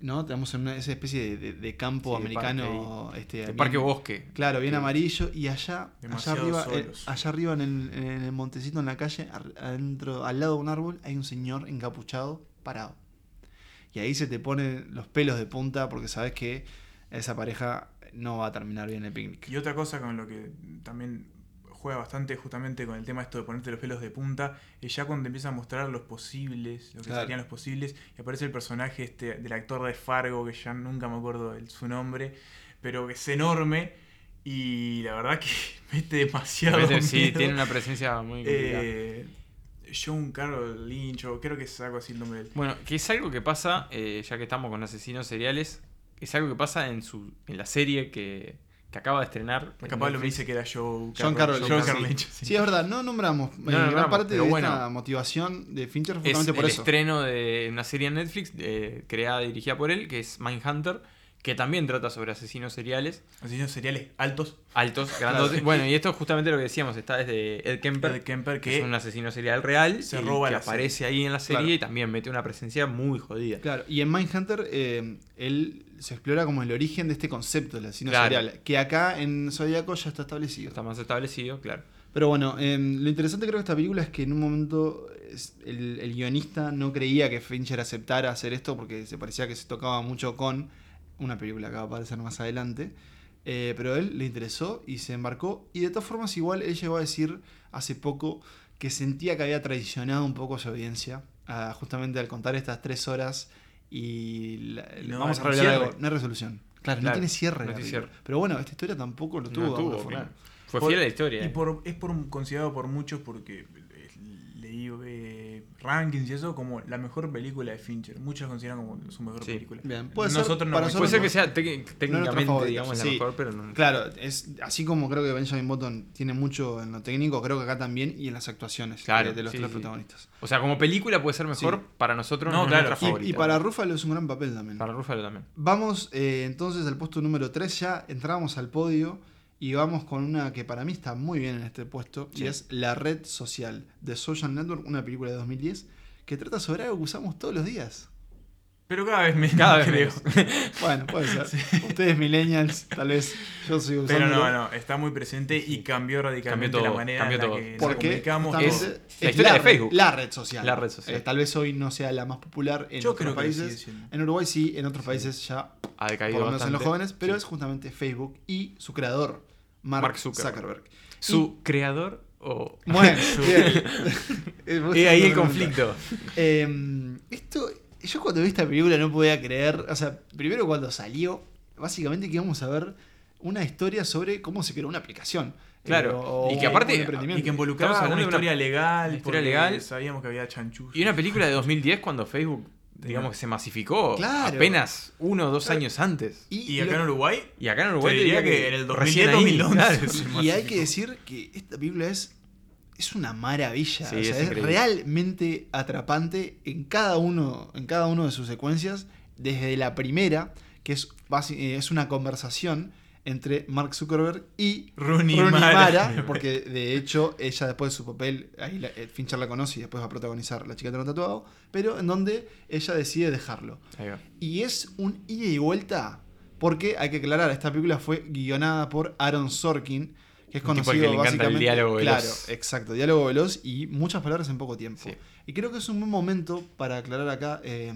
S1: ¿No? Tenemos en una, esa especie de, de- de campo
S3: Sí, de parque
S1: americano. este,
S3: El
S1: bien-
S3: parque bosque.
S1: Claro, bien
S3: Sí.
S1: amarillo. Y allá, allá
S2: Demasiado
S1: arriba, eh,
S2: solos.
S1: allá arriba en el, en el montecito, en la calle, ar- adentro, al lado de un árbol, hay un señor encapuchado parado. Y ahí se te ponen los pelos de punta porque sabes que esa pareja no va a terminar bien el picnic.
S2: Y otra cosa con lo que también juega bastante justamente con el tema esto de ponerte los pelos de punta, es ya cuando te empieza a mostrar los posibles, lo que
S1: Claro.
S2: serían los posibles, y aparece el personaje este del actor de Fargo, que ya nunca me acuerdo el- su nombre, pero que es enorme y la verdad que mete demasiado
S3: Realmente, Sí,
S2: miedo.
S3: tiene una presencia muy complicada.
S2: Eh, John Carroll Lynch, o creo que es algo así el nombre del...
S3: Bueno, que es algo que pasa, eh, ya que estamos con asesinos seriales, es algo que pasa en su en la serie que, que acaba de estrenar. en
S2: Capaz lo me
S3: Netflix.
S2: dice que era Joe
S1: John Carroll,
S2: John
S1: sí.
S2: Carroll Lynch, sí.
S1: Sí, es verdad, no nombramos. eh, gran
S3: nombramos,
S1: parte de
S3: pero bueno.
S1: esta motivación de Fincher fue
S3: Es
S1: justamente por
S3: el
S1: eso.
S3: estreno de una serie en Netflix eh, creada y dirigida por él, que es Mindhunter, que también trata sobre asesinos seriales
S2: Asesinos seriales altos,
S3: altos, grandotes. Bueno, y esto es justamente lo que decíamos, está desde Ed Kemper,
S2: Ed Kemper,
S3: que
S2: que
S3: es un asesino serial real,
S2: se
S3: y
S2: roba
S3: que
S2: la
S3: aparece ahí en la serie
S1: Claro.
S3: y también mete una presencia muy jodida.
S1: Claro, y en Mindhunter eh, él se explora como el origen de este concepto del asesino
S3: Claro.
S1: serial, que acá en Zodiaco ya está establecido.
S3: Está más establecido, claro.
S1: Pero bueno, em, lo interesante creo de esta película es que en un momento es- el, el guionista no creía que Fincher aceptara hacer esto porque se parecía que se tocaba mucho con una película que va a aparecer más adelante. Eh, pero a él le interesó y se embarcó. Y de todas formas, igual él llegó a decir hace poco que sentía que había traicionado un poco a su audiencia. ah, justamente al contar estas tres horas y la-
S2: Y no
S1: vamos a
S2: hay
S1: revelar
S2: cierre.
S1: algo. No hay resolución. Claro, no
S3: Claro,
S1: tiene cierre.
S3: no
S1: la
S3: tiene
S1: película.
S3: cierre.
S1: Pero bueno, esta historia tampoco lo
S3: No
S1: tuvo. de
S3: tuvo,
S1: alguna forma.
S3: claro. Fue
S2: Por-
S3: fiel a la historia.
S2: Y
S3: eh.
S2: por, es por un- considerado por muchos porque eh, leí eh, rankings y eso como la mejor película de Fincher. Muchos consideran como su mejor
S3: Sí.
S2: película.
S1: Bien, puede ser,
S2: Nosotros no
S1: para
S2: nos
S3: Puede ser que
S1: nosotros
S3: sea tec- técnicamente,
S1: favorita,
S3: digamos, la
S1: sí.
S3: mejor, pero no.
S1: Claro, es así como creo que Benjamin Button tiene mucho en lo técnico, creo que acá también y en las actuaciones
S3: Claro,
S1: de, de los
S3: sí,
S1: tres
S3: sí.
S1: protagonistas.
S3: O sea, como película puede ser mejor,
S1: Sí.
S3: para nosotros
S2: No,
S3: no,
S2: claro.
S3: es nuestra
S2: Y-
S1: Y,
S3: favorita.
S1: y para Ruffalo es un gran papel también.
S3: Para Ruffalo también.
S1: Vamos eh, entonces al puesto número 3, ya entramos al podio y vamos con una que para mí está muy bien en este puesto
S3: Sí.
S1: y es La Red Social de Social Network, una película de 2010 que trata sobre algo que usamos todos los días.
S2: Pero cada vez menos,
S3: Cada vez
S2: creo.
S1: Bueno, puede ser. Ustedes millennials, tal vez yo soy
S2: Pero
S1: usándolo.
S2: no, no, está muy presente y cambió radicalmente
S3: Cambió todo,
S2: la manera
S3: cambió
S2: en la
S3: todo.
S2: que nos
S1: Porque
S2: comunicamos.
S1: justamente
S2: todo.
S3: Es la historia de
S1: red-
S3: Facebook.
S1: La red social.
S3: La red social.
S1: Eh, tal vez hoy no sea la más popular en
S2: Yo
S1: otros
S2: creo que lo sigue
S1: países.
S2: siendo.
S1: En Uruguay sí, en otros países ya,
S3: Ha
S1: por
S3: decaído
S1: lo menos
S3: bastante.
S1: en los jóvenes, pero
S3: Sí.
S1: es justamente Facebook y su creador, Mark,
S3: Mark Zuckerberg.
S1: Zuckerberg.
S3: Su creador o...
S1: Bueno,
S2: Su-
S1: bien. Eh, vos
S3: Y ahí el
S1: no me
S3: conflicto.
S1: Eh, esto, yo cuando vi esta película no podía creer, o sea, primero cuando salió, básicamente que íbamos a ver una historia sobre cómo se creó una aplicación. eh,
S3: Claro,
S1: o-
S3: y que
S1: o un
S3: aparte-
S1: emprendimiento.
S2: Y que
S3: Estamos
S2: involucraba
S3: hablando
S2: una
S3: de una-
S2: historia legal.
S3: una historia
S2: porque
S3: legal.
S2: Sabíamos que había chanchullos.
S3: Y una película de 2010 cuando Facebook, digamos, que se masificó
S1: Claro.
S3: apenas uno o dos años antes.
S1: Y,
S2: Y
S1: lo-
S2: acá en Uruguay,
S3: Y acá en Uruguay
S2: Te
S3: te
S2: diría que en el
S3: recién
S2: 2010,
S3: ahí,
S2: 2011.
S3: claro, se
S1: Y hay
S3: masificó.
S1: que decir que esta Biblia es, es una maravilla.
S3: Sí,
S1: o sea,
S3: es
S1: es,
S3: increíble.
S1: realmente atrapante en cada, uno, en cada uno de sus secuencias. Desde la primera, que es, basi- eh, es una conversación entre Mark Zuckerberg y
S3: Rooney
S1: Rooney
S3: Mara.
S1: Mara, porque de hecho ella después de su papel, ahí la- eh, Fincher la conoce y después va a protagonizar La chica de tatuado, pero en donde ella decide dejarlo.
S3: Ahí va.
S1: Y es un ida y vuelta, porque hay que aclarar, esta película fue guionada por Aaron Sorkin, que es
S3: Un tipo
S1: conocido
S3: al que le encanta el
S1: básicamente-
S3: diálogo veloz.
S1: Claro, exacto, diálogo veloz y muchas palabras en poco tiempo.
S3: Sí.
S1: Y creo que es un buen momento para aclarar acá, eh,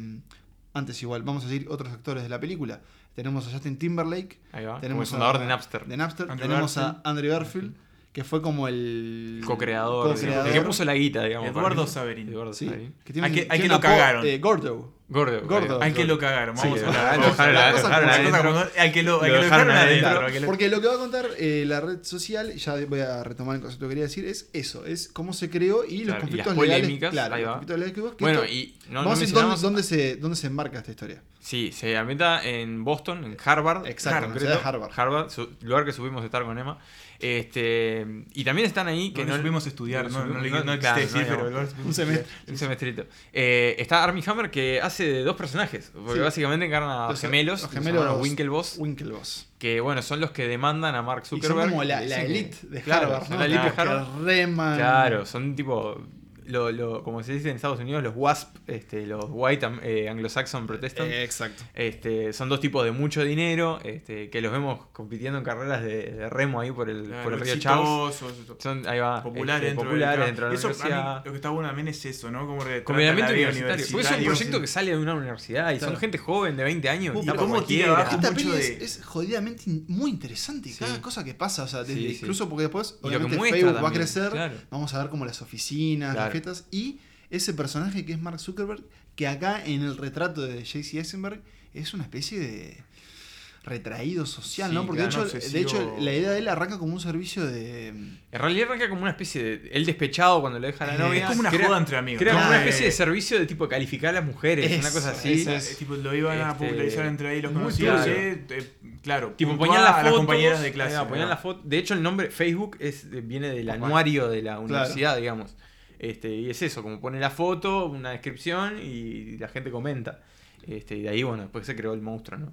S1: antes igual, vamos a decir otros actores de la película. Tenemos a Justin Timberlake,
S3: Ahí va. Ah, Como
S1: tenemos
S3: el fundador
S1: a-
S3: de Napster.
S1: de Napster.
S2: Andrew
S1: tenemos
S2: Garfield.
S1: a Andrew Garfield, que fue como el.
S3: El co-creador. digamos. El que
S1: co-creador,
S3: puso la guita, digamos. para
S2: Eduardo
S3: mí.
S2: Saverin.
S3: Eduardo
S1: sí,
S3: Saverin.
S1: que tiene-
S2: Hay que- hay
S1: tiene
S2: que
S1: un
S2: lo
S1: apodo,
S2: cagaron.
S1: eh, Gordo.
S3: Gordo.
S1: Gordo.
S2: Al que lo cagaron,
S1: Sí,
S2: vamos
S1: lo
S2: a hablar.
S1: cagaron,
S2: vamos a
S1: lo
S2: hablar.
S1: dejaron
S2: Las cosas
S3: adentro.
S2: como son. Al que lo al
S3: Lo
S2: que lo dejaron
S3: dejaron adentro.
S2: adentro. al que lo-
S1: Porque lo que va a contar eh, la red social, ya voy a retomar el concepto que quería decir, es eso, es cómo se creó y los
S3: Claro, y
S1: conflictos
S3: las
S1: legales.
S3: polémicas,
S1: Claro,
S3: ahí
S1: los
S3: va.
S1: conflictos legales que hubo, que
S3: Bueno,
S1: esto-
S3: y no, no
S1: vamos a decir
S3: mencionamos-
S1: dónde, dónde se, dónde se embarca esta historia.
S3: Sí, se ambienta en Boston, en Harvard.
S1: Exacto,
S3: en
S1: en la
S3: concreto.
S1: ciudad de Harvard.
S3: su- lugar que subimos a estar con Emma. Este, y también están ahí. Que
S2: que no supimos estudiar, no, no, le- no, existe, sí, pero lo supimos
S1: Un semestre.
S2: estudiar.
S3: Un semestrito. Eh, está Armie Hammer que hace de dos personajes. Porque
S1: Sí.
S3: básicamente encarna a
S1: Los-
S3: gemelos.
S1: los
S3: que se
S1: gemelos-
S3: llaman Winklevoss.
S1: Winklevoss.
S3: Que bueno, son los que demandan a Mark
S1: Y son
S3: Zuckerberg.
S1: como la,
S3: y
S1: la
S3: dicen que-
S1: elite de
S3: claro,
S1: Harvard,
S3: son
S1: ¿no?
S3: la elite de
S1: Tipos
S3: Harvard.
S1: que reman.
S3: Claro, son tipo. Lo, lo- como se dice en Estados Unidos, los WASP, este, los White Am- eh, Anglo-Saxon Protestants.
S1: Eh, exacto.
S3: Este, son dos tipos de mucho dinero, este, que los vemos compitiendo en carreras de, de remo ahí por el, por el río Charles.
S2: Exitosos, eso.
S3: Son, ahí va,
S2: populares
S3: este,
S2: dentro,
S3: populares
S2: del-
S3: dentro de la
S2: eso, para mí,
S3: universidad.
S2: lo que está bueno también es eso, ¿no? Como que trata
S3: Combinamiento
S2: la vida
S3: universitario. Porque es un proyecto que
S2: sí.
S3: sale de una universidad y son
S1: Claro.
S3: gente joven de 20 años.
S1: ¿Y
S3: que tapa
S1: cómo
S3: cualquiera.
S2: tira abajo?
S1: Esta
S2: mucho
S1: peli es,
S2: de-
S1: es jodidamente in- muy interesante.
S3: Sí.
S1: Cada cosa que pasa, o sea, desde-
S3: Sí, sí.
S1: incluso porque después
S3: Y lo que
S1: obviamente
S3: muestra
S1: Facebook va a
S3: también,
S1: crecer.
S3: claro.
S1: Vamos a ver como las oficinas, las
S3: Claro.
S1: fiestas y ese personaje que es Mark Zuckerberg, que acá en el retrato de J.C. Eisenberg es una especie de retraído social,
S3: Sí,
S1: ¿no? Porque
S2: claro,
S1: de, hecho,
S2: obsesivo.
S1: de hecho la idea de él arranca como un servicio de... mm,
S3: En realidad arranca como una especie de. El despechado cuando le deja a la
S1: Eh,
S3: novia.
S2: Es como una
S3: que era-
S2: joda entre amigos.
S3: que era como
S2: ¿no?
S3: una
S2: Eh,
S3: especie de servicio de tipo calificar a las mujeres, una
S1: Eso,
S3: cosa así.
S1: eso es.
S2: eh, tipo, lo iban a
S3: Este,
S2: popularizar entre ahí los
S1: muy
S2: conocidos.
S3: claro.
S2: eh, eh, claro,
S3: Tipo,
S2: puntuá
S3: ponían las
S2: a
S3: fotos.
S2: las compañeras de clase.
S3: ahí va, ponían
S2: ¿no?
S3: las fotos. De hecho, el nombre Facebook es, eh, viene del anuario de la universidad, digamos. Este, y es eso, como pone la foto, una descripción y la gente comenta. Este, y de ahí, bueno, después se creó el monstruo, ¿no?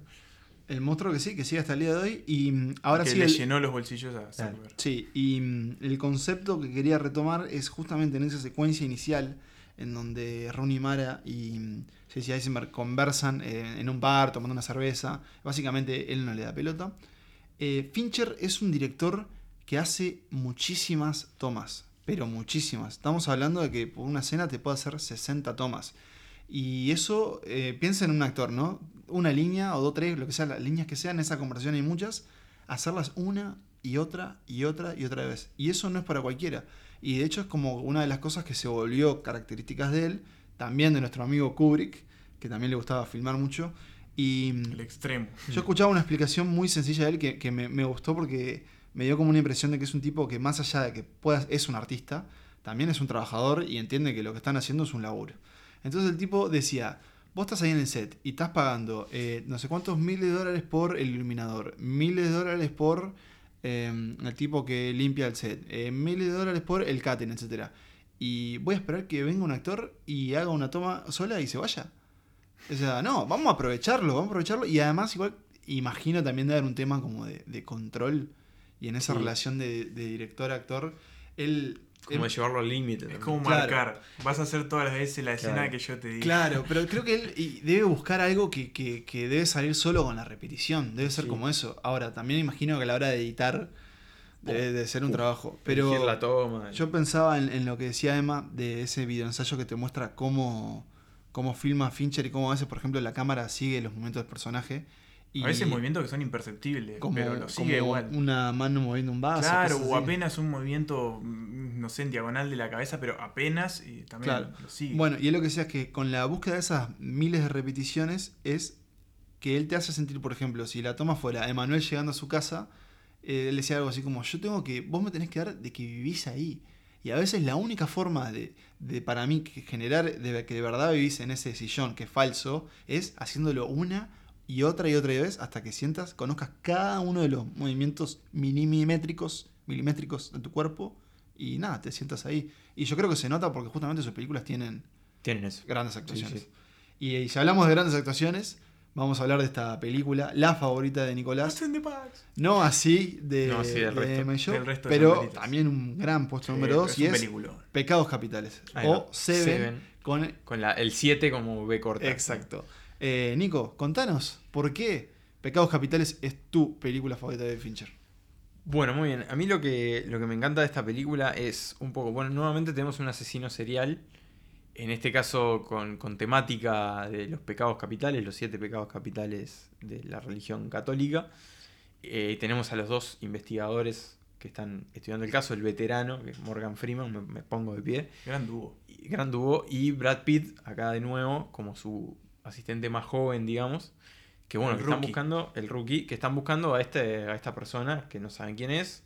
S1: El monstruo que sí, que sigue hasta el día de hoy. Y mm, ahora
S2: que
S1: sí...
S2: le
S1: el-
S2: llenó los bolsillos a Zuckerberg.
S1: Sí, y mm, el concepto que quería retomar es justamente en esa secuencia inicial en donde Rooney Mara y mm, Jesse Eisenberg conversan eh, en un bar tomando una cerveza. Básicamente él no le da pelota. Eh, Fincher es un director que hace muchísimas tomas, pero muchísimas. Estamos hablando de que por una escena te puede hacer 60 tomas. Y eso, eh, piensa en un actor, ¿no? Una línea o dos, tres, lo que sea, las líneas que sean, esa conversación hay muchas, hacerlas una y otra y otra y otra vez. Y eso no es para cualquiera. Y de hecho es como una de las cosas que se volvió características de él, también de nuestro amigo Kubrick, que también le gustaba filmar mucho. Y mm,
S2: El extremo.
S1: yo escuchaba una explicación muy sencilla de él que, que me, me gustó porque me dio como una impresión de que es un tipo que más allá de que puedas, es un artista, también es un trabajador y entiende que lo que están haciendo es un laburo. Entonces el tipo decía, vos estás ahí en el set y estás pagando eh, no sé cuántos miles de dólares por el iluminador, miles de dólares por eh, el tipo que limpia el set, eh, miles de dólares por el catering, etcétera Y voy a esperar que venga un actor y haga una toma sola y se vaya. O sea, no, vamos a aprovecharlo, vamos a aprovecharlo. Y además, igual, imagino también de haber un tema como de, de control. Y en esa
S3: Sí.
S1: relación de, de director-actor, él.
S3: Como de
S1: él-
S3: llevarlo al límite.
S2: Es
S3: también.
S2: como
S1: Claro.
S2: marcar. Vas a hacer todas las veces la escena
S3: Claro.
S2: que yo te diga.
S1: Claro, pero creo que él y debe buscar algo que, que- que debe salir solo con la repetición. Debe ser
S3: Sí.
S1: como eso. Ahora, también imagino que a la hora de editar debe de ser un
S3: Uf,
S1: trabajo. Pero.
S3: Elegir la toma.
S1: Yo pensaba en, en lo que decía Emma de ese videoensayo que te muestra cómo, cómo filma Fincher y cómo a veces, por ejemplo, la cámara sigue los momentos del personaje. Y
S2: A veces movimientos que son imperceptibles,
S1: como,
S2: pero lo
S1: como
S2: sigue igual.
S1: una mano moviendo un vaso.
S2: Claro,
S1: cosas
S2: o
S1: así.
S2: apenas un movimiento, mm, no sé, en diagonal de la cabeza, pero apenas y también
S1: Claro.
S2: lo sigue.
S1: Bueno, y es lo que decía es que con la búsqueda de esas miles de repeticiones es que él te hace sentir, por ejemplo, si la toma fuera Emanuel llegando a su casa, eh, él decía algo así como, yo tengo que, vos me tenés que dar de que vivís ahí. Y a veces la única forma de, de para mí, que generar de que de verdad vivís en ese sillón que es falso, es haciéndolo una y otra y otra vez hasta que sientas, conozcas cada uno de los movimientos milimétricos, milimétricos de tu cuerpo y nada, te sientas ahí. Y yo creo que se nota porque justamente sus películas tienen
S3: Tienen eso.
S1: grandes actuaciones. eh,
S3: sí.
S1: Y, y si hablamos de grandes actuaciones, Vamos a hablar de esta película, la favorita de Nicolás.
S2: Austin the Bugs.
S1: No así de,
S3: No así del
S1: de
S3: resto-
S1: My Show,
S2: del resto de las
S1: pero
S2: favoritas.
S1: también un gran puesto número
S2: Eh,
S1: 2 y
S2: un
S1: es
S2: peliculón.
S1: Pecados Capitales.
S3: Ahí
S1: o
S3: va.
S1: Seven,
S3: Seven.
S1: con...
S3: Con la, el 7 como B corta.
S1: Exacto. Eh, Nico, contanos, ¿por qué Pecados Capitales es tu película favorita de Fincher?
S3: Bueno, muy bien. A mí lo que, lo que me encanta de esta película es un poco. Bueno, nuevamente tenemos un asesino serial. En este caso, con, con temática de los pecados capitales, los siete pecados capitales de la religión católica. Eh, tenemos a los dos investigadores que están estudiando el caso: el veterano, que es Morgan Freeman, me, me pongo de pie,
S2: Gran dúo.
S3: y- gran dúo, y Brad Pitt, acá de nuevo, como su asistente más joven, digamos. Que bueno,
S2: El
S3: que están
S2: rookie.
S3: buscando, el rookie, que están buscando a, este, a esta persona que no saben quién es.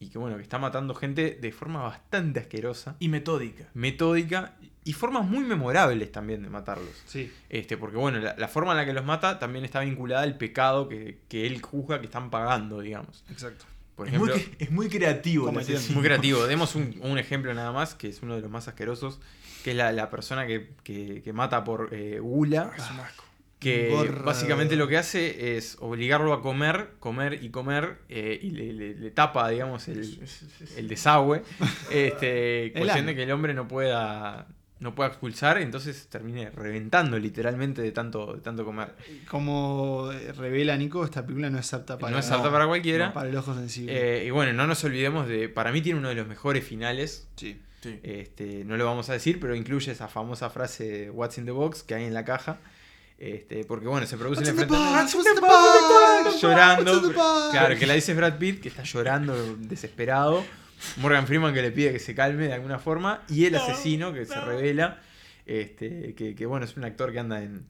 S3: Y que bueno, que está matando gente de forma bastante asquerosa,
S2: Y metódica.
S3: metódica y formas muy memorables también de matarlos.
S1: Sí.
S3: Este, porque bueno, la, la forma en la que los mata también está vinculada al pecado que, que él juzga que están pagando, digamos.
S1: Exacto.
S3: Por
S2: Es
S3: ejemplo,
S2: muy, cre- es muy creativo. el
S1: Como
S2: asesino.
S1: entiendo.
S3: muy creativo. Demos un, un ejemplo nada más, que es uno de los más asquerosos, que es la, la persona que, que- que mata por eh, gula,
S2: Es un asco.
S3: que
S1: Gorra.
S3: básicamente lo que hace es obligarlo a comer, comer y comer, eh, y le, le- le tapa, digamos, el,
S2: Es- es- es-
S3: el desagüe. Este, cuestión
S1: ano.
S3: de que el hombre no pueda no pueda expulsar, entonces termine reventando literalmente de tanto, de tanto comer.
S1: Como eh, revela Nico, esta película no es apta para
S3: no es apta para cualquiera.
S1: no, para el ojo sensible.
S3: Eh, y bueno, no nos olvidemos de. Para mí tiene uno de los mejores finales.
S1: sí.
S2: sí.
S3: Este, no lo vamos a decir, pero incluye esa famosa frase What's in the box que hay en la caja. Este, porque bueno, se produce el enfrentamiento llorando. Claro, que la dice Brad Pitt, que está llorando desesperado. Morgan Freeman que le pide que se calme de alguna forma. Y el
S2: No,
S3: asesino que se
S2: no.
S3: revela. Este, que, que, bueno, es un actor que anda en.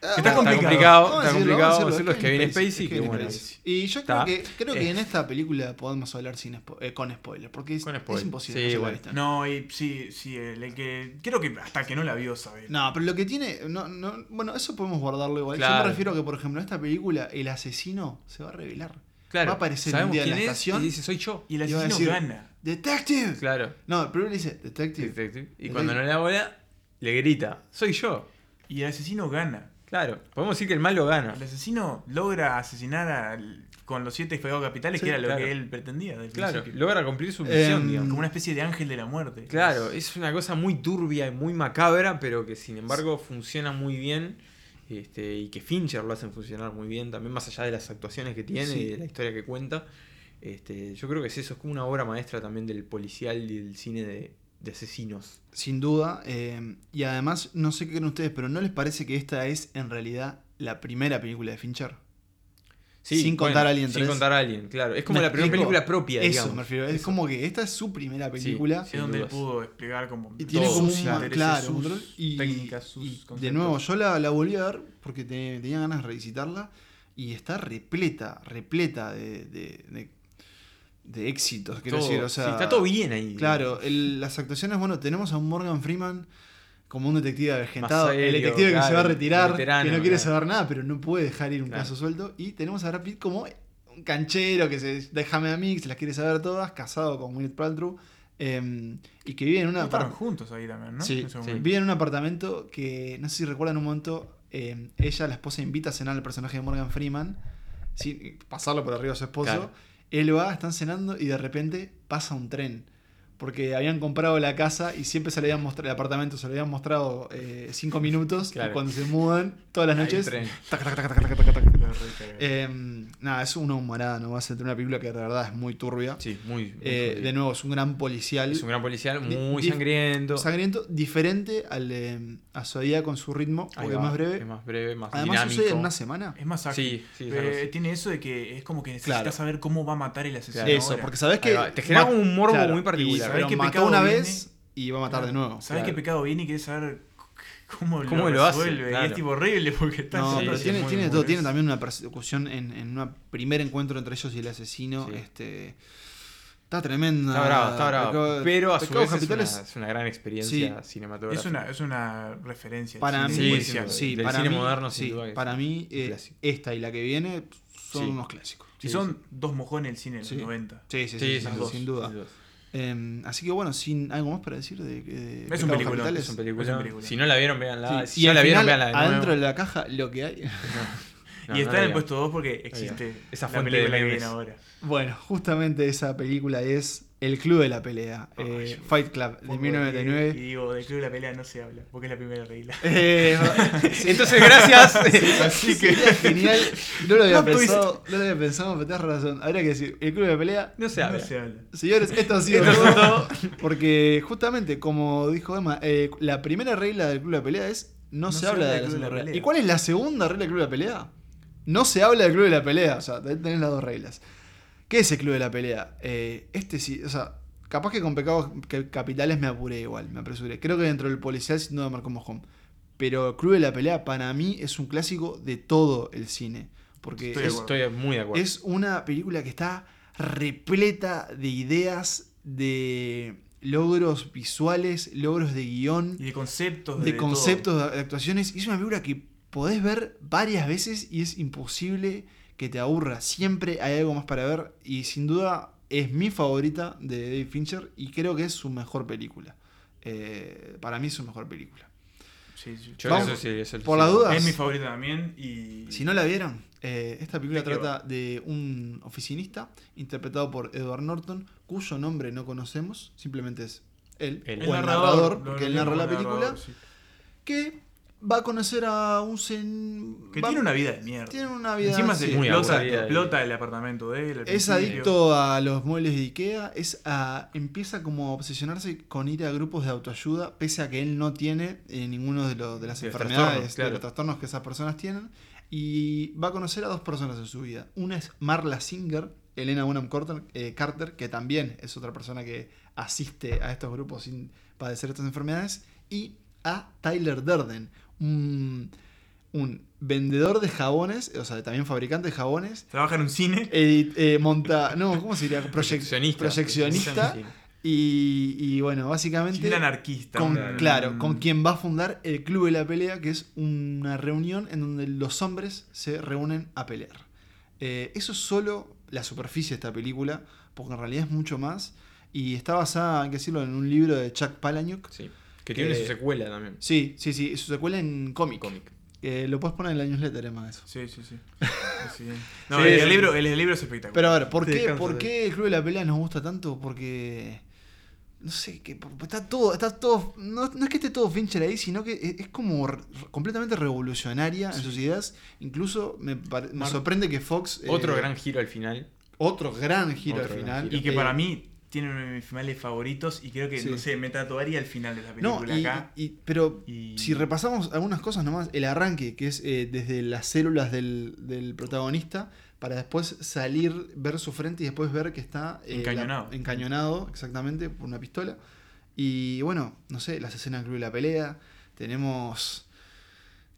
S1: Ah,
S2: Está
S1: bueno,
S2: complicado.
S1: vamos a
S3: está
S1: decirlo,
S3: complicado
S1: vamos a
S3: decirlo, es Kevin Spacey,
S1: es
S3: que
S1: Kevin
S3: bueno,
S1: Spacey. Y yo
S3: está.
S1: creo que, creo que
S3: Eh.
S1: en esta película podemos hablar sin spo- eh, con spoiler, porque es,
S3: Con
S1: es
S3: spoiler.
S1: imposible.
S3: Sí,
S1: no se la
S3: bueno.
S1: vista.
S2: No, y sí, sí, el, el que. Creo que hasta que no la vio, sabe.
S1: No, pero lo que tiene. No, no, bueno, eso podemos guardarlo igual. Yo
S3: Claro.
S1: me refiero a que, por ejemplo, en esta película, el asesino se va a revelar.
S3: Claro,
S1: Va a aparecer
S3: sabemos
S1: un día en
S3: quién
S1: la
S3: es
S1: estación.
S3: Y dice, soy yo.
S2: Y el
S1: Y va a
S2: asesino
S1: decir-
S2: gana.
S1: ¡Detective!
S3: Claro.
S1: No, primero le dice, Detective.
S3: Detective. Y
S1: Detective.
S3: cuando no le da bola, le grita, soy yo.
S2: Y el asesino gana.
S3: Claro, podemos decir que el malo gana.
S2: El asesino logra asesinar al- con los siete pegados capitales,
S3: Sí,
S2: que era lo
S3: claro.
S2: que él pretendía. del
S3: Claro,
S2: principio.
S3: logra cumplir su misión,
S1: Em,
S3: digamos.
S2: Como una especie de ángel de la muerte.
S3: Claro, es una cosa muy turbia y muy macabra, pero que sin embargo funciona muy bien. Este, y que Fincher lo hacen funcionar muy bien, también más allá de las actuaciones que tiene
S1: Sí.
S3: y de la historia que cuenta. Este, yo creo que es eso, es como una obra maestra también del policial y del cine de, de asesinos.
S1: Sin duda. eh, y además, no sé qué creen ustedes, pero ¿no les parece que esta es en realidad la primera película de Fincher? Sin contar
S3: bueno,
S1: Alien
S3: Sin
S1: 3.
S3: contar Alien, claro. Es como
S1: ¿Me
S3: la primera
S1: explico?
S3: película propia,
S1: Eso,
S3: digamos.
S1: me refiero. Es
S3: Eso.
S1: como que esta es su primera película.
S2: Es
S3: Sin
S2: donde él
S3: dudas.
S2: pudo desplegar como.
S1: Y tiene
S2: todos
S1: como
S2: sus
S1: un
S2: intereses,
S1: claro,
S2: sus
S1: control, y,
S2: técnicas, sus
S1: y de
S2: conceptos.
S1: nuevo, yo la, la volví a ver porque te- tenía ganas de revisitarla y está repleta, repleta de, de, de- de éxitos, quiero
S3: Todo,
S1: decir. O sea,
S3: sí, está todo bien ahí.
S1: Claro, el- las actuaciones, bueno, tenemos a un Morgan Freeman como un detective avergentado,
S3: Más
S1: el
S3: serio,
S1: detective que se
S3: claro,
S1: va a retirar,
S3: veterano,
S1: que no quiere
S3: claro.
S1: saber nada, pero no puede dejar ir un
S3: Claro.
S1: caso suelto, y tenemos a Brad Pitt como un canchero que se déjame a mí, que se las quiere saber todas, casado con Gwyneth Paltrow, em, y que vive en una
S2: Estaban
S1: apart-
S2: juntos ahí también, ¿no?
S1: Sí,
S2: En ese
S3: sí.
S2: momento.
S1: vive en un apartamento que, no sé si recuerdan un momento, em, ella, la esposa, invita a cenar al personaje de Morgan Freeman, sin pasarlo por arriba a su esposo.
S3: Claro.
S1: Él va, están cenando y de repente pasa un tren. Porque habían comprado la casa y siempre se le habían mostrado, el apartamento se le habían mostrado eh, cinco minutos.
S3: Claro.
S1: Y cuando se mudan, todas las
S3: Hay un
S1: noches.
S3: tren.
S1: tac, tac, tac, tac, tac, tac, tac.
S2: Pero re cagado.
S1: Em, nada, es una humorada, no va a ser una película que de verdad es muy turbia.
S3: Sí, muy. muy
S1: Eh,
S3: turbio.
S1: de nuevo, es un gran policial.
S3: es un gran policial,
S1: Di-
S3: muy
S1: di-
S3: sangriento.
S1: Sangriento, diferente al de mm, a Zodíaca con su ritmo,
S3: Ahí
S1: porque es
S3: va,
S1: más breve.
S3: Es más breve, más
S1: Además
S3: dinámico.
S1: sucede en una semana.
S2: Es más ágil.
S3: Sí, sí, es
S2: Eh,
S3: algo así.
S2: tiene eso de que es como que necesitas
S1: Claro.
S2: saber cómo va a matar el asesino.
S3: Claro.
S1: Eso,
S2: ahora.
S1: porque sabes
S3: Ahí
S1: que
S3: va, te genera
S1: ma-
S3: como un morbo
S1: claro,
S3: muy particular.
S1: y
S2: ¿Sabes
S1: pero
S2: qué
S1: mató
S2: pecado
S1: una
S2: viene?
S1: vez y va a matar de nuevo.
S2: Sabes
S3: Claro.
S2: qué pecado viene y querés saber c- cómo,
S3: ¿Cómo
S2: lo,
S3: lo hace?
S2: resuelve. Y
S3: Claro.
S2: es tipo horrible porque está
S1: No,
S3: Sí,
S1: pero
S3: sí,
S1: tiene,
S3: es muy-
S1: tiene
S3: muy
S1: todo. Tiene también una persecución en, en un primer encuentro entre ellos y el asesino.
S3: Sí.
S1: Este, está tremenda.
S3: Está bravo, está bravo.
S1: Pecado-
S3: pero a su
S1: Pecados
S3: vez es una,
S1: Capitales,
S3: es una gran experiencia cinematográfica.
S2: Es una, es una referencia. al
S1: para
S2: cine
S1: mí,
S3: Sí,
S2: policial.
S3: sí,
S1: sí,
S3: del
S1: para
S3: cine
S1: mí,
S3: moderno, sin
S1: sí,
S3: duda que es
S1: para mí
S3: un
S1: eh,
S3: clásico.
S1: esta y la que viene son
S3: Sí.
S1: unos clásicos.
S2: Y son dos mojones del cine de los
S1: Sí.
S2: 90.
S1: Sí, sí, sí,
S3: Sí,
S1: sin,
S3: sin,
S1: sin duda.
S3: dudas.
S1: Eh, así que bueno, sin algo más para decir de, eh, de
S2: Es un
S1: Pecados
S2: peliculón,
S1: Capitales.
S3: Es un película.
S2: Es un película.
S3: Si no la vieron, véanla.
S1: Sí,
S3: Si
S1: y
S3: no
S1: al
S3: la vieron,
S1: final,
S3: véanla de nuevo.
S1: adentro de la caja, lo que hay.
S3: No,
S2: y
S3: no
S2: está
S3: la
S2: en el
S3: vean.
S2: puesto 2 porque existe
S3: Esa
S2: la
S3: fuente de
S2: película que
S3: memes.
S2: viene ahora.
S1: Bueno, justamente esa película es El Club de la Pelea,
S3: Ay,
S1: eh,
S3: yo-
S1: Fight Club, de
S2: Pongo Y
S1: 1999.
S2: digo, del club de la pelea no se habla, porque es la primera regla.
S1: Eh,
S3: Entonces, gracias.
S1: Así que genial. No lo, había
S2: Plot twist.
S1: pensado, no lo había pensado, pero tenés razón. Habría que decir, el club de pelea.
S3: No se habla.
S2: No se habla.
S1: Señores, esto ha sido
S3: Esto
S1: todo.
S3: es todo.
S1: Porque justamente, como dijo Emma, eh, la primera regla del club de pelea es no, se, habla del
S2: Club
S1: club de
S2: de
S1: la
S2: la
S1: pelea.
S2: Pelea.
S1: ¿Y cuál es la segunda regla del club de la pelea? No se habla del club de la pelea. O sea, ten- tenés las dos reglas. ¿Qué es el club de la pelea? Eh, este sí, o sea, capaz que con pecados que- capitales me apuré igual, me apresuré. Creo que dentro del policial sin duda marcó mojón. Pero el club de la pelea para mí es un clásico de todo el cine. Porque
S2: Estoy de
S1: es
S2: acuerdo.
S3: Estoy muy de acuerdo.
S1: es una película que está repleta de ideas, de logros visuales, logros de guión,
S2: Y de conceptos.
S1: de
S2: todo.
S1: conceptos, de actuaciones. Y es una película que podés ver varias veces y es imposible que te aburra. Siempre hay algo más para ver y sin duda es mi favorita de David Fincher y creo que es su mejor película. Eh, para mí es su mejor película.
S2: Sí, sí.
S3: Yo
S1: Vamos,
S3: eso sí, es el-
S1: por la duda.
S2: Es mi favorita también. Y...
S1: Si no la vieron, eh, esta película
S2: ¿De qué
S1: trata de un oficinista interpretado por Edward Norton, cuyo nombre no conocemos, simplemente es él,
S3: Él.
S1: o el narrador, porque él narra la película, que va a conocer a un... sen-
S2: Que
S1: va-
S2: tiene una vida de mierda.
S1: tiene una vida...
S2: Encima
S1: sí.
S2: se
S3: Muy
S2: explota,
S3: aburrida y-
S2: explota el apartamento de él. al
S1: Es
S2: principio.
S1: adicto a los muebles de Ikea, es a- empieza como a obsesionarse con ir a grupos de autoayuda, pese a que él no tiene eh, ninguno de, los- de las
S3: De los
S1: enfermedades,
S3: trastornos, claro.
S1: de los trastornos que esas personas tienen. Y va a conocer a dos personas en su vida. Una es Marla Singer, Elena Bonham Carter, eh, Carter, que también es otra persona que asiste a estos grupos sin padecer estas enfermedades. Y a Tyler Durden, un, un vendedor de jabones, o sea, también fabricante de jabones,
S2: Trabaja en un cine.
S1: Edit, eh, monta, no, ¿cómo se diría? Proyec-
S3: Proyeccionista.
S1: proyeccionista.
S3: Sí.
S1: Y, y bueno,
S2: Chile
S1: básicamente,
S2: anarquista. Mm.
S1: con,
S2: una-
S1: claro,
S2: un-
S3: Mm.
S1: con quien va a fundar el Club de la Pelea, que es una reunión en donde los hombres se reúnen a pelear. Eh, eso es solo la superficie de esta película, porque en realidad es mucho más. Y está basada, hay que decirlo, en un libro de Chuck Palahniuk.
S3: Sí. Que tiene
S1: Que-
S3: su secuela también.
S1: Sí, sí, sí, su secuela en cómic.
S3: Cómic.
S1: Eh, lo puedes poner en la newsletter, además, eso.
S2: Sí, sí, sí. Sí. No,
S1: Sí,
S2: el,
S1: sí.
S2: Libro, el, el libro es espectacular.
S1: Pero a ver, ¿por,
S2: Te
S1: qué,
S2: descanso
S1: ¿por
S2: de-
S1: qué el Club de la Pelea nos gusta tanto? Porque. No sé, que por- está todo. Está todo no, no es que esté todo Fincher ahí, sino que e, es, es como re- completamente revolucionaria en sus ideas. Incluso me, pare- me
S3: Mar-
S1: sorprende que Fox. eh,
S3: Otro gran giro al final.
S1: Otro gran giro
S3: Otro
S1: al
S3: gran
S1: final.
S3: giro.
S2: Y que
S1: Eh,
S2: para mí tiene uno de mis finales favoritos y creo que,
S1: Sí.
S2: no sé, me tatuaría el final de la película
S1: No, y,
S2: acá.
S1: y- pero
S2: Y-
S1: si repasamos algunas cosas nomás, el arranque, que es eh, desde las células del, del protagonista, para después salir, ver su frente y después ver que está eh,
S2: Encañonado.
S1: la- encañonado, exactamente, por una pistola. Y bueno, no sé, las escenas del club de la pelea, tenemos...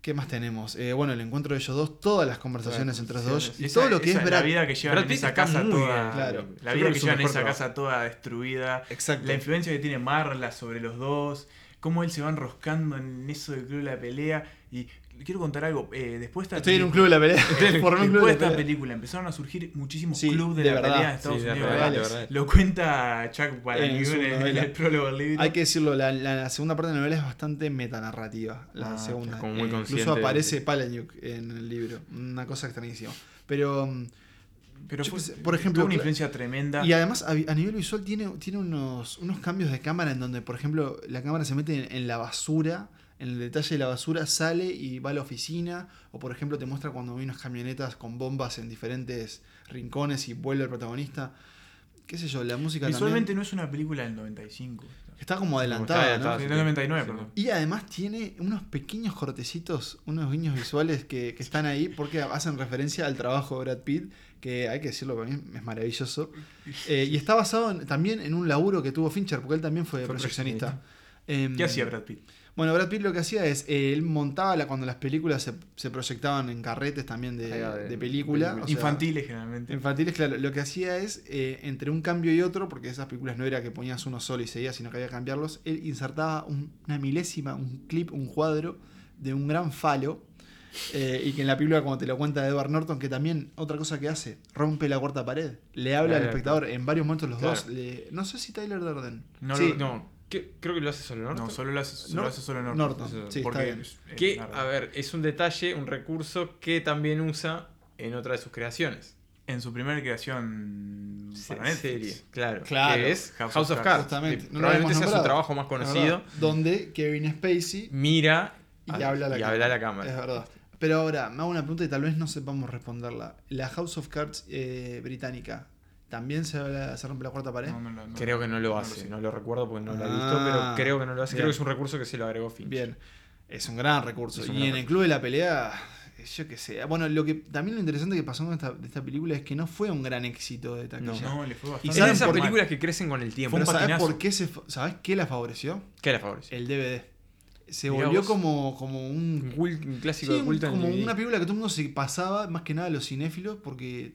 S1: ¿Qué más tenemos? Eh, bueno, el encuentro de ellos dos, todas las conversaciones entre los dos, y
S2: Esa-
S1: todo lo que
S2: esa
S1: es
S2: la
S1: Brad
S2: vida que llevan
S3: Brad
S2: en
S3: Pitt
S2: esa
S3: está
S2: casa
S3: muy
S2: toda.
S3: bien,
S1: claro.
S3: Yo
S2: La
S3: creo
S2: vida
S3: que
S2: que
S3: es su
S2: llevan en
S3: mejor
S2: esa
S3: trabajo.
S2: casa toda destruida.
S1: Exacto.
S2: La influencia que tiene Marla sobre los dos, cómo él se va enroscando en eso del club de la pelea. Y quiero contar algo, eh, después de esta
S1: Estoy en un club
S2: película-
S1: de la pelea. Formé un club
S2: después de
S1: de la
S2: esta
S1: pelea.
S2: película empezaron a surgir muchísimos
S1: Sí,
S2: clubes de,
S1: de
S2: la
S1: verdad.
S2: pelea de Estados
S3: Sí, de
S2: Unidos.
S1: verdad, de
S3: verdad.
S2: Lo cuenta Chuck
S1: En
S2: Palahniuk
S1: su
S2: en, el- en
S1: novela.
S2: el prólogo del libro.
S1: Hay que decirlo, la, la segunda parte de la novela es bastante metanarrativa. La
S2: Ah,
S1: segunda.
S3: es como muy
S1: incluso
S3: consciente de-
S1: aparece Palahniuk en el libro. Una cosa extrañísima. Pero. mm,
S2: Pero
S1: yo
S2: fue-
S1: pensé, por ejemplo,
S2: tuvo una
S1: cla-
S2: influencia tremenda.
S1: Y además, a, a nivel visual, tiene, tiene unos, unos cambios de cámara en donde, por ejemplo, la cámara se mete en, en la basura. En el detalle de la basura sale y va a la oficina. O, por ejemplo, te muestra cuando hay unas camionetas con bombas en diferentes rincones y vuelve el protagonista. Qué sé yo, la música
S2: Visualmente
S1: también.
S2: no es una película del 95.
S1: Está como adelantada,
S3: Está
S1: ¿no?
S3: adelantada,
S2: Del
S3: Ah, sí,
S2: 99,
S3: sí.
S2: perdón.
S1: Y además tiene unos pequeños cortecitos, unos guiños visuales que, que están ahí porque hacen referencia al trabajo de Brad Pitt, que hay que decirlo para mí es maravilloso. Eh, y está basado en- también en un laburo que tuvo Fincher, porque él también fue,
S3: Fue
S1: proyeccionista. Em,
S2: ¿Qué hacía Brad Pitt?
S1: Bueno, Brad Pitt lo que hacía es, eh, él montaba la, cuando las películas se, se proyectaban en carretes también de,
S3: Ahí va, de-
S1: de película.
S3: película.
S1: o sea,
S2: Infantiles, generalmente.
S1: Infantiles, claro. Lo que hacía es, eh, entre un cambio y otro, porque esas películas no era que ponías uno solo y seguías, sino que había que cambiarlos, él insertaba un- una milésima, un clip, un cuadro de un gran falo Eh, y que en la película, como te lo cuenta Edward Norton, que también otra cosa que hace, rompe la cuarta pared. Le habla al
S3: Claro.
S1: espectador en varios momentos los
S3: Claro.
S1: dos. Le- no sé si Tyler Durden.
S2: No,
S1: Sí,
S2: lo-
S3: No, que- creo que lo hace solo, ¿no?
S2: No, solo lo hace solo,
S1: Nor-
S2: lo hace solo Norton.
S1: Norton.
S3: Eso-
S1: Sí,
S2: Porque
S1: está bien.
S2: es- eh, es
S3: Que,
S2: Norton.
S3: a ver, es un detalle, un recurso que también usa en otra de sus creaciones.
S2: En su primera creación
S3: Se-
S2: para Netflix.
S3: Serie, claro.
S1: Claro.
S3: Que es House, of Cards.
S1: Justamente, no
S3: que
S1: lo
S3: probablemente
S1: habíamos
S3: sea su
S1: nombrado.
S3: trabajo más
S1: La
S3: conocido.
S1: verdad, Donde Kevin Spacey
S3: Mira
S1: y habla a la
S3: Ah, y
S1: cámara.
S3: habla a la
S1: Es
S3: cámara.
S1: verdad. Pero ahora, me hago una pregunta y tal vez no sepamos responderla. ¿La House of Cards eh, británica también se, habla- se rompe la cuarta pared?
S2: No, no lo- no-
S3: Creo que no lo
S2: no
S3: hace,
S2: sé.
S3: no lo recuerdo porque no lo he
S1: Ah,
S3: visto, pero creo que no lo hace. Creo
S1: bien.
S3: que es un recurso que se lo agregó Finch.
S1: Bien. Es un gran recurso.
S3: Es
S1: Y
S3: un
S1: en
S3: gran
S1: el club de la pelea, yo qué sé. Bueno, lo que también lo interesante que pasó con esta, de esta película es que no fue un gran éxito de taquilla.
S2: No, le fue
S1: ¿Y
S3: Y
S2: bastante.
S3: es
S1: saben
S3: de esas
S1: por-
S3: películas que crecen con el tiempo.
S2: Fue un
S1: Pero ¿sabes
S2: patinazo.
S1: por qué se fa- ¿sabés qué la favoreció?
S3: ¿Qué era favorece?
S1: El DVD. Se
S3: Mirá
S1: volvió
S3: vos. Mm.
S1: como, como
S3: Un,
S1: un.
S3: cul- un clásico
S1: sí,
S3: de
S1: un-
S3: culto en
S1: como
S3: DVD.
S1: una película que todo el mundo se pasaba, más que nada los cinéfilos, porque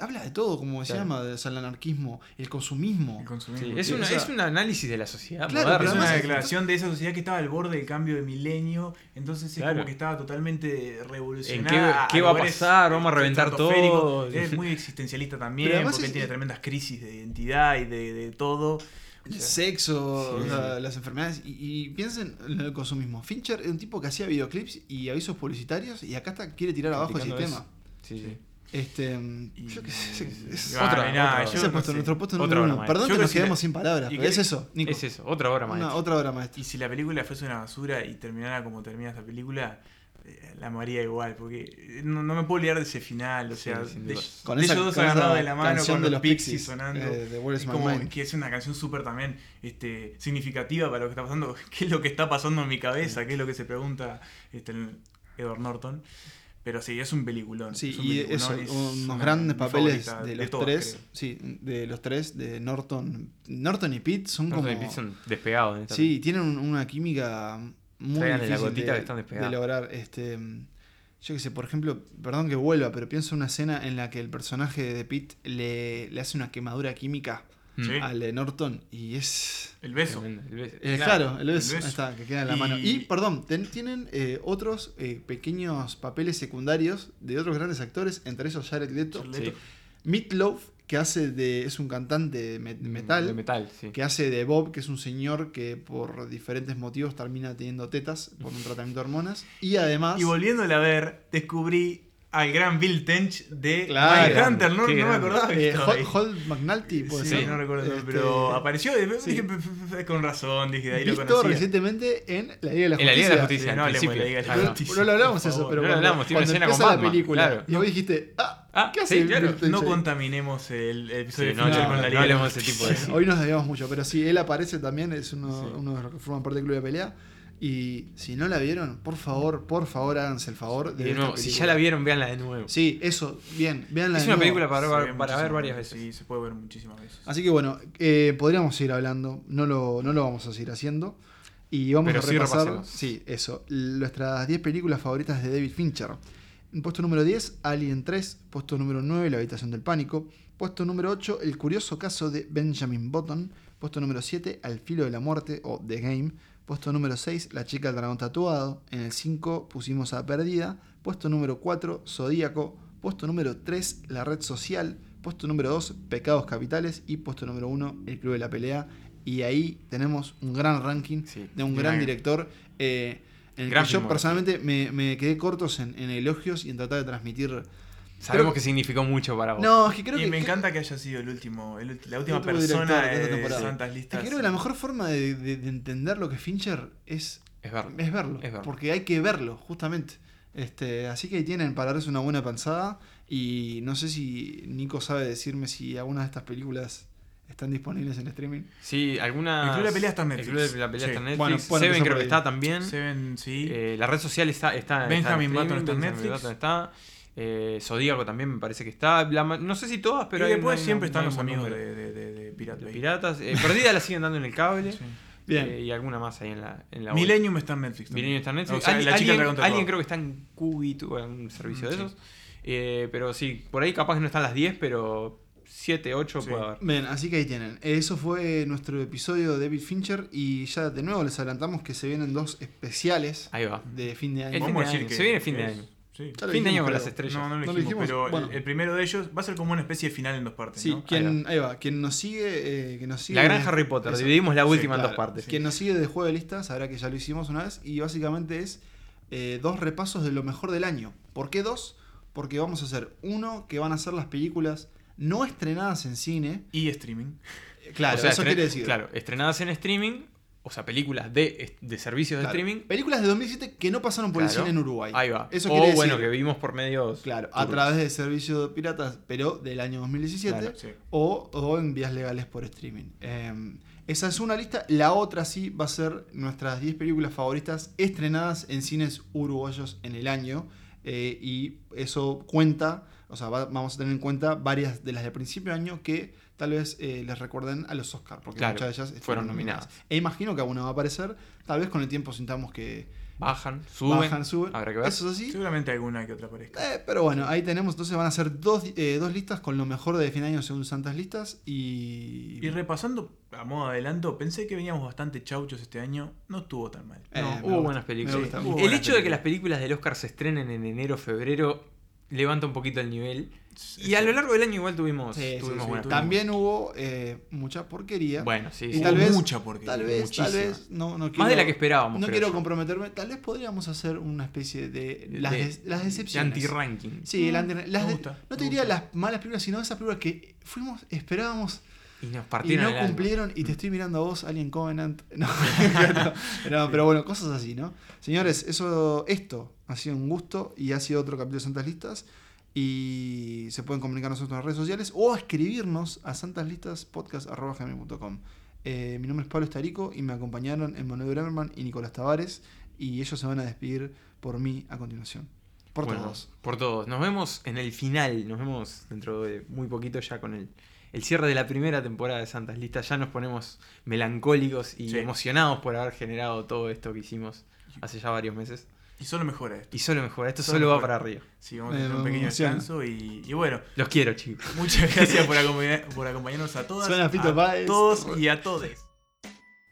S1: habla de todo, como se
S3: Claro.
S1: llama, de- o sea, el anarquismo, el consumismo.
S2: El consumismo.
S3: Sí, es, una-
S1: o sea-
S3: es un análisis de la sociedad.
S1: Claro,
S3: moderna.
S1: pero
S2: es una
S1: además-
S2: declaración de esa sociedad que estaba al borde del cambio de milenio, entonces es
S3: Claro.
S2: como que estaba totalmente
S3: ¿En
S2: revolucionada.
S3: qué,
S2: a
S3: qué va a
S2: lugares
S3: pasar? ¿Vamos a reventar
S2: estratosféricos.
S3: todo?
S2: Es muy existencialista también,
S1: Pero además
S2: porque
S1: es-
S2: él tiene tremendas crisis de identidad y de, de todo.
S1: El sexo,
S3: Sí.
S1: o sea, las enfermedades. Y, y piensen en lo del consumismo. Fincher es un tipo que hacía videoclips y avisos publicitarios y acá está, quiere tirar abajo el
S3: Criticando
S1: sistema.
S3: Sí, sí.
S1: Este,
S2: Y-
S1: yo qué sé, es-
S2: y bueno,
S3: Otra,
S2: y nada,
S3: otra.
S2: yo
S1: ese es
S2: no
S1: puesto-
S2: sé.
S1: nuestro puesto
S3: Otra
S1: número
S3: hora
S1: uno.
S3: maestra.
S1: Perdón
S2: Yo
S1: que
S2: creo
S1: nos
S2: que si
S1: quedamos
S2: la-
S1: sin palabras,
S2: y
S1: pero
S2: que-
S1: es eso, Nico.
S3: Es eso, otra obra maestra.
S1: Una, otra obra maestra.
S2: Y si la película fuese una basura y terminara como termina esta película, eh, la amaría igual, porque eh, no, no me puedo liar de ese final, o
S3: Sí,
S2: sea,
S3: sin
S2: de,
S3: duda.
S2: de ellos dos agarrados de la mano
S1: canción
S2: con
S1: de
S2: los pixies, sonando.
S1: eh, de Where Is
S2: Y
S1: My
S2: como
S1: Mind.
S2: que es una canción súper también este, significativa para lo que está pasando. ¿Qué es lo que está pasando en mi cabeza? ¿Qué es lo que se pregunta este, el Edward Norton? Pero sí, es un peliculón.
S1: Sí,
S2: es un
S1: y
S2: peliculón,
S1: eso,
S2: es una-
S1: unos
S2: mi
S1: grandes papeles
S2: favorita
S1: de los
S2: todas,
S1: tres.
S2: creo.
S1: Sí, de los tres, de Norton. Norton y Pitt son
S3: Norton
S1: como.
S3: y Pitt son despegados. en esta
S1: Sí, tienen un- una química muy
S3: Traigan la
S1: difícil
S3: gotita
S1: de,
S3: que están
S1: de
S3: despegadas.
S1: lograr. Este, yo que sé, por ejemplo, perdón que vuelva, pero pienso en una escena en la que el personaje de Pitt le, le hace una quemadura química
S3: película.
S2: Mm. Sí.
S1: al de Norton y es...
S2: El
S3: Mm,
S2: beso.
S3: tremendo. El beso.
S1: eh,
S2: Claro,
S1: claro, el beso, ahí
S2: el beso.
S1: está, que queda en la mano.
S2: Y-
S1: Y, perdón, ten- tienen eh, otros eh, pequeños papeles secundarios de otros grandes actores, entre esos Jared Leto.
S2: Jared
S3: Sí.
S1: Meatloaf, que hace de... es un cantante de me- metal
S3: Mm, De metal, sí.
S1: que hace de Bob, que es un señor que por diferentes motivos termina teniendo tetas por un tratamiento de hormonas. Y además,
S2: Y volviéndola a ver, descubrí al gran Bill Tench de
S1: Claro.
S2: Mindhunter. No,
S3: Qué
S2: no me
S3: grande.
S2: acordaba que
S1: eh,
S2: estaba
S1: Hol,
S2: ahí.
S1: Hol McNulty, puede
S2: Sí,
S1: ser.
S2: no recuerdo, el nombre,
S1: Este,
S2: pero apareció y
S1: sí.
S2: dije, "P-p-p-p-p-", con razón, dije, de ahí lo
S1: Visto
S2: conocí.
S1: recientemente en La Liga de la Justicia.
S3: En la Liga de la Justicia,
S2: Sí, no
S3: al
S2: hablemos de
S3: principio.
S2: la Liga de la
S3: Ah, no.
S2: Justicia.
S1: No, no lo hablamos
S2: Por
S1: eso,
S2: favor,
S1: pero
S3: no lo
S1: cuando,
S3: hablamos, tiene una
S1: cuando
S3: escena con
S1: empieza la
S3: Batman,
S1: película
S3: claro.
S1: y vos dijiste, ah,
S3: Ah,
S1: ¿qué
S3: sí,
S1: hace Bill
S3: claro.
S1: Tench
S2: No
S1: ahí?
S2: contaminemos el el episodio
S3: Sí, no,
S2: final
S1: no,
S2: con la
S1: no
S2: Liga.
S3: hablemos de ese tipo de-
S1: Sí, Hoy nos debíamos mucho, pero sí, él aparece también, es uno,
S3: Sí.
S1: uno de los que forman parte del club de pelea. Y si no la vieron, por favor, por favor, háganse el favor de
S3: De
S1: ver
S3: nuevo,
S1: esta
S3: si ya
S1: película.
S3: la vieron, véanla de nuevo.
S1: Sí, eso, bien, veanla
S3: es una película
S2: Se
S3: para,
S2: ve
S3: para ver
S2: muchísimas
S3: varias veces.
S2: Sí, se puede ver muchísimas veces.
S1: Así que bueno, eh, podríamos seguir hablando, no lo, no lo vamos a seguir haciendo. Y vamos
S3: Pero
S1: a
S3: sí
S1: repasar,
S3: repasemos.
S1: sí, eso, nuestras 10 películas favoritas de David Fincher. En Puesto número 10, Alien 3. Puesto número 9, La habitación del pánico. Puesto número 8, El curioso caso de Benjamin Button. Puesto número 7, Al filo de la muerte o The Game. Puesto número 6, La chica del dragón tatuado. En el 5 pusimos a Perdida. Puesto número 4, Zodíaco. Puesto número 3, La red social. Puesto número 2, Pecados Capitales. Y puesto número 1, El Club de la Pelea. Y ahí tenemos un gran ranking
S3: Sí,
S1: de un
S3: gran-
S1: gran director. eh, en el
S3: Gran
S1: que yo
S3: filmografía.
S1: personalmente me, me quedé cortos en, en elogios y en tratar de transmitir.
S3: Sabemos
S1: Creo-
S3: que significó mucho para vos.
S1: No, es que creo
S2: y
S1: que.
S2: me
S1: que-
S2: encanta que haya sido el último, el ulti- la última
S1: último
S2: persona
S1: director de esta
S2: de,
S1: temporada.
S2: Santas
S1: es que
S2: Listas.
S1: creo que la mejor forma de, de- de entender lo que es Fincher es,
S3: Es verdad.
S1: es verlo.
S3: Es verlo.
S1: Porque hay que verlo, justamente. Este, así que ahí tienen para darles una buena pensada. Y no sé si Nico sabe decirme si algunas de estas películas están disponibles en streaming.
S3: Sí, alguna.
S2: El Club de la Pelea está en
S3: El Club
S2: Netflix.
S3: de la Pelea
S2: Sí.
S3: está en Netflix.
S1: Bueno, pueden
S3: Seven
S1: empezar
S3: creo
S1: por
S3: que
S1: ahí.
S3: está también.
S2: Seven, sí.
S3: Eh, la red social está. está está en
S2: Benjamin
S3: streaming,
S2: Button está en
S3: Benjamin
S2: Netflix.
S3: Button está. Eh, Zodíaco también me parece que está. La ma- no sé si todas, pero.
S2: y
S3: hay
S2: después
S3: una-
S2: siempre
S3: una-
S2: están los
S3: un buen
S2: amigos
S3: número.
S2: de, de, de, de Pirate
S3: Los
S2: Bay.
S3: Piratas. Eh, Perdida la siguen dando en el cable.
S2: Sí.
S1: Bien.
S3: Eh, y alguna más ahí en la. En la web.
S2: Millennium está en Netflix. también.
S3: Milenio está en Netflix.
S2: O sea,
S3: Al-
S2: la chica
S3: alguien,
S2: del dragón
S3: alguien
S2: tatuado.
S3: creo que está en Qubit o en un servicio de
S2: Mm, sí.
S3: esos. Eh, pero sí, por ahí capaz que no están las 10, pero 7, 8
S2: Sí.
S3: puede haber.
S1: Bien, así que ahí tienen. Eso fue nuestro episodio de David Fincher y ya de nuevo les adelantamos que se vienen dos especiales
S3: Ahí va.
S1: de fin de año.
S3: El fin
S2: Vamos
S3: de
S2: a decir
S3: año.
S2: que-
S3: Se viene fin
S2: que
S3: de
S2: es-
S3: año.
S2: Sí.
S1: Ya lo
S3: fin de año
S1: dijimos,
S3: con las
S1: creo.
S3: estrellas.
S2: No, no lo
S1: No lo
S2: dijimos,
S1: dijimos,
S2: pero el-
S1: bueno.
S2: el, primero de ellos va a ser como una especie de final en dos partes.
S1: Sí,
S2: ¿no?
S1: quien, ahí va, quien nos sigue, eh, que nos sigue.
S3: la gran Harry Potter,
S1: Eso.
S3: dividimos la
S1: Sí,
S3: última en
S1: claro.
S3: dos partes.
S1: Quien nos sigue de juego de lista sabrá que ya lo hicimos una vez y básicamente es eh, dos repasos de lo mejor del año. ¿Por qué dos? Porque vamos a hacer uno que van a ser las películas no estrenadas en cine.
S2: Y streaming.
S1: Eh, Claro,
S3: O sea,
S1: eso
S3: estren-
S1: quiere decir.
S3: Claro, estrenadas en streaming, o sea, películas de, de servicios
S1: claro,
S3: de streaming.
S1: Películas de 2007 que no pasaron por el
S3: Claro.
S1: cine en Uruguay.
S3: Ahí va.
S1: Eso
S3: o
S1: quiere
S3: bueno,
S1: decir-
S3: que vimos por medios.
S1: Claro, a
S3: turbios.
S1: través de servicio de piratas, pero del año 2017.
S3: Claro.
S2: Sí.
S1: o, o en vías legales por streaming. Eh, esa es una lista. La otra sí va a ser nuestras 10 películas favoritas estrenadas en cines uruguayos en el año. Eh, y eso cuenta, o sea, va- vamos a tener en cuenta varias de las del principio de año que tal vez eh, les recuerden a los Oscars, porque
S3: Claro,
S1: muchas de ellas estuvieron
S3: fueron nominadas.
S1: E imagino que alguna va a aparecer. Tal vez con el tiempo sintamos que
S3: Bajan, suben.
S1: bajan, suben.
S3: Habrá que ver.
S1: Eso es así.
S2: Seguramente alguna que otra aparezca.
S1: Eh, pero bueno, ahí tenemos, entonces van a ser dos, eh, dos listas con lo mejor de fin de año según Santas Listas y...
S2: Y repasando a modo de adelanto, pensé que veníamos bastante chauchos este año. No estuvo tan mal.
S1: Eh, me
S3: No, hubo
S1: gusta,
S3: Uh, buenas películas.
S1: me gusta,
S2: Sí,
S1: me gusta.
S2: hubo-
S3: El
S2: buenas
S3: hecho de que
S2: películas.
S3: las películas del Oscar se estrenen en enero, febrero, levanta un poquito el nivel. Y a
S2: Este,
S3: lo largo del año igual tuvimos,
S1: Sí, sí,
S3: tuvimos
S1: sí,
S3: buenas
S1: También hubo eh, mucha porquería.
S3: Bueno, sí,
S1: y
S3: sí.
S1: tal
S2: hubo
S1: vez-
S2: mucha porque
S1: tal vez, tal
S2: muchísima.
S1: vez, no, no quiero,
S3: Más de la que esperábamos.
S1: No
S3: creo
S1: quiero
S3: yo.
S1: comprometerme, tal vez podríamos hacer una especie de... Las,
S3: De-
S1: des- las decepciones.
S3: anti-ranking.
S1: Sí, el
S2: Mm,
S1: anti las
S2: me
S1: de-
S2: gusta,
S1: no
S2: me
S1: te diría
S2: gusta.
S1: las malas películas, sino esas películas que fuimos, esperábamos
S3: Y nos
S1: y
S3: partieron.
S1: no
S3: el alma. Mm.
S1: cumplieron y te estoy mirando a vos, Alien Covenant. No, no, no, pero bueno, cosas así, ¿no? Señores, eso, esto ha sido un gusto y ha sido otro capítulo de Santas Listas. Y se pueden comunicar nosotros en las redes sociales o escribirnos a santaslistaspodcast.com. Eh, mi nombre es Pablo Estarico y me acompañaron Emanuel Bremerman y Nicolás Tavares. Y ellos se van a despedir por mí a continuación. Por
S3: Bueno,
S1: todos.
S3: Por todos. Nos vemos en el final. Nos vemos dentro de muy poquito ya con el, el cierre de la primera temporada de Santas Listas. Ya nos ponemos melancólicos y
S2: Sí.
S3: emocionados por haber generado todo esto que hicimos hace ya varios meses.
S2: Y solo mejora esto.
S3: Y solo mejora. Esto
S2: Solo
S3: solo va
S2: mejora.
S3: para arriba.
S2: Sí, vamos a
S1: Me-
S2: tener
S1: me
S2: un pequeño
S1: Eh, emociona.
S2: descanso. Y, y bueno,
S3: Los quiero, chicos.
S2: muchas gracias por, acompañar- por acompañarnos a todas.
S1: Suena Fito
S2: a
S1: Páez.
S2: todos y a todes.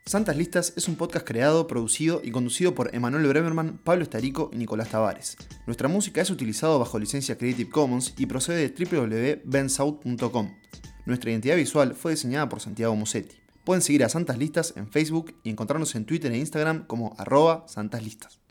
S1: Santas Listas es un podcast creado, producido y conducido por Emanuel Bremerman, Pablo Estarico y Nicolás Tavares. Nuestra música es utilizada bajo licencia Creative Commons y procede de www.bensout.com. Nuestra identidad visual fue diseñada por Santiago Musetti. Pueden seguir a Santas Listas en Facebook y encontrarnos en Twitter e Instagram como arroba Santas Listas.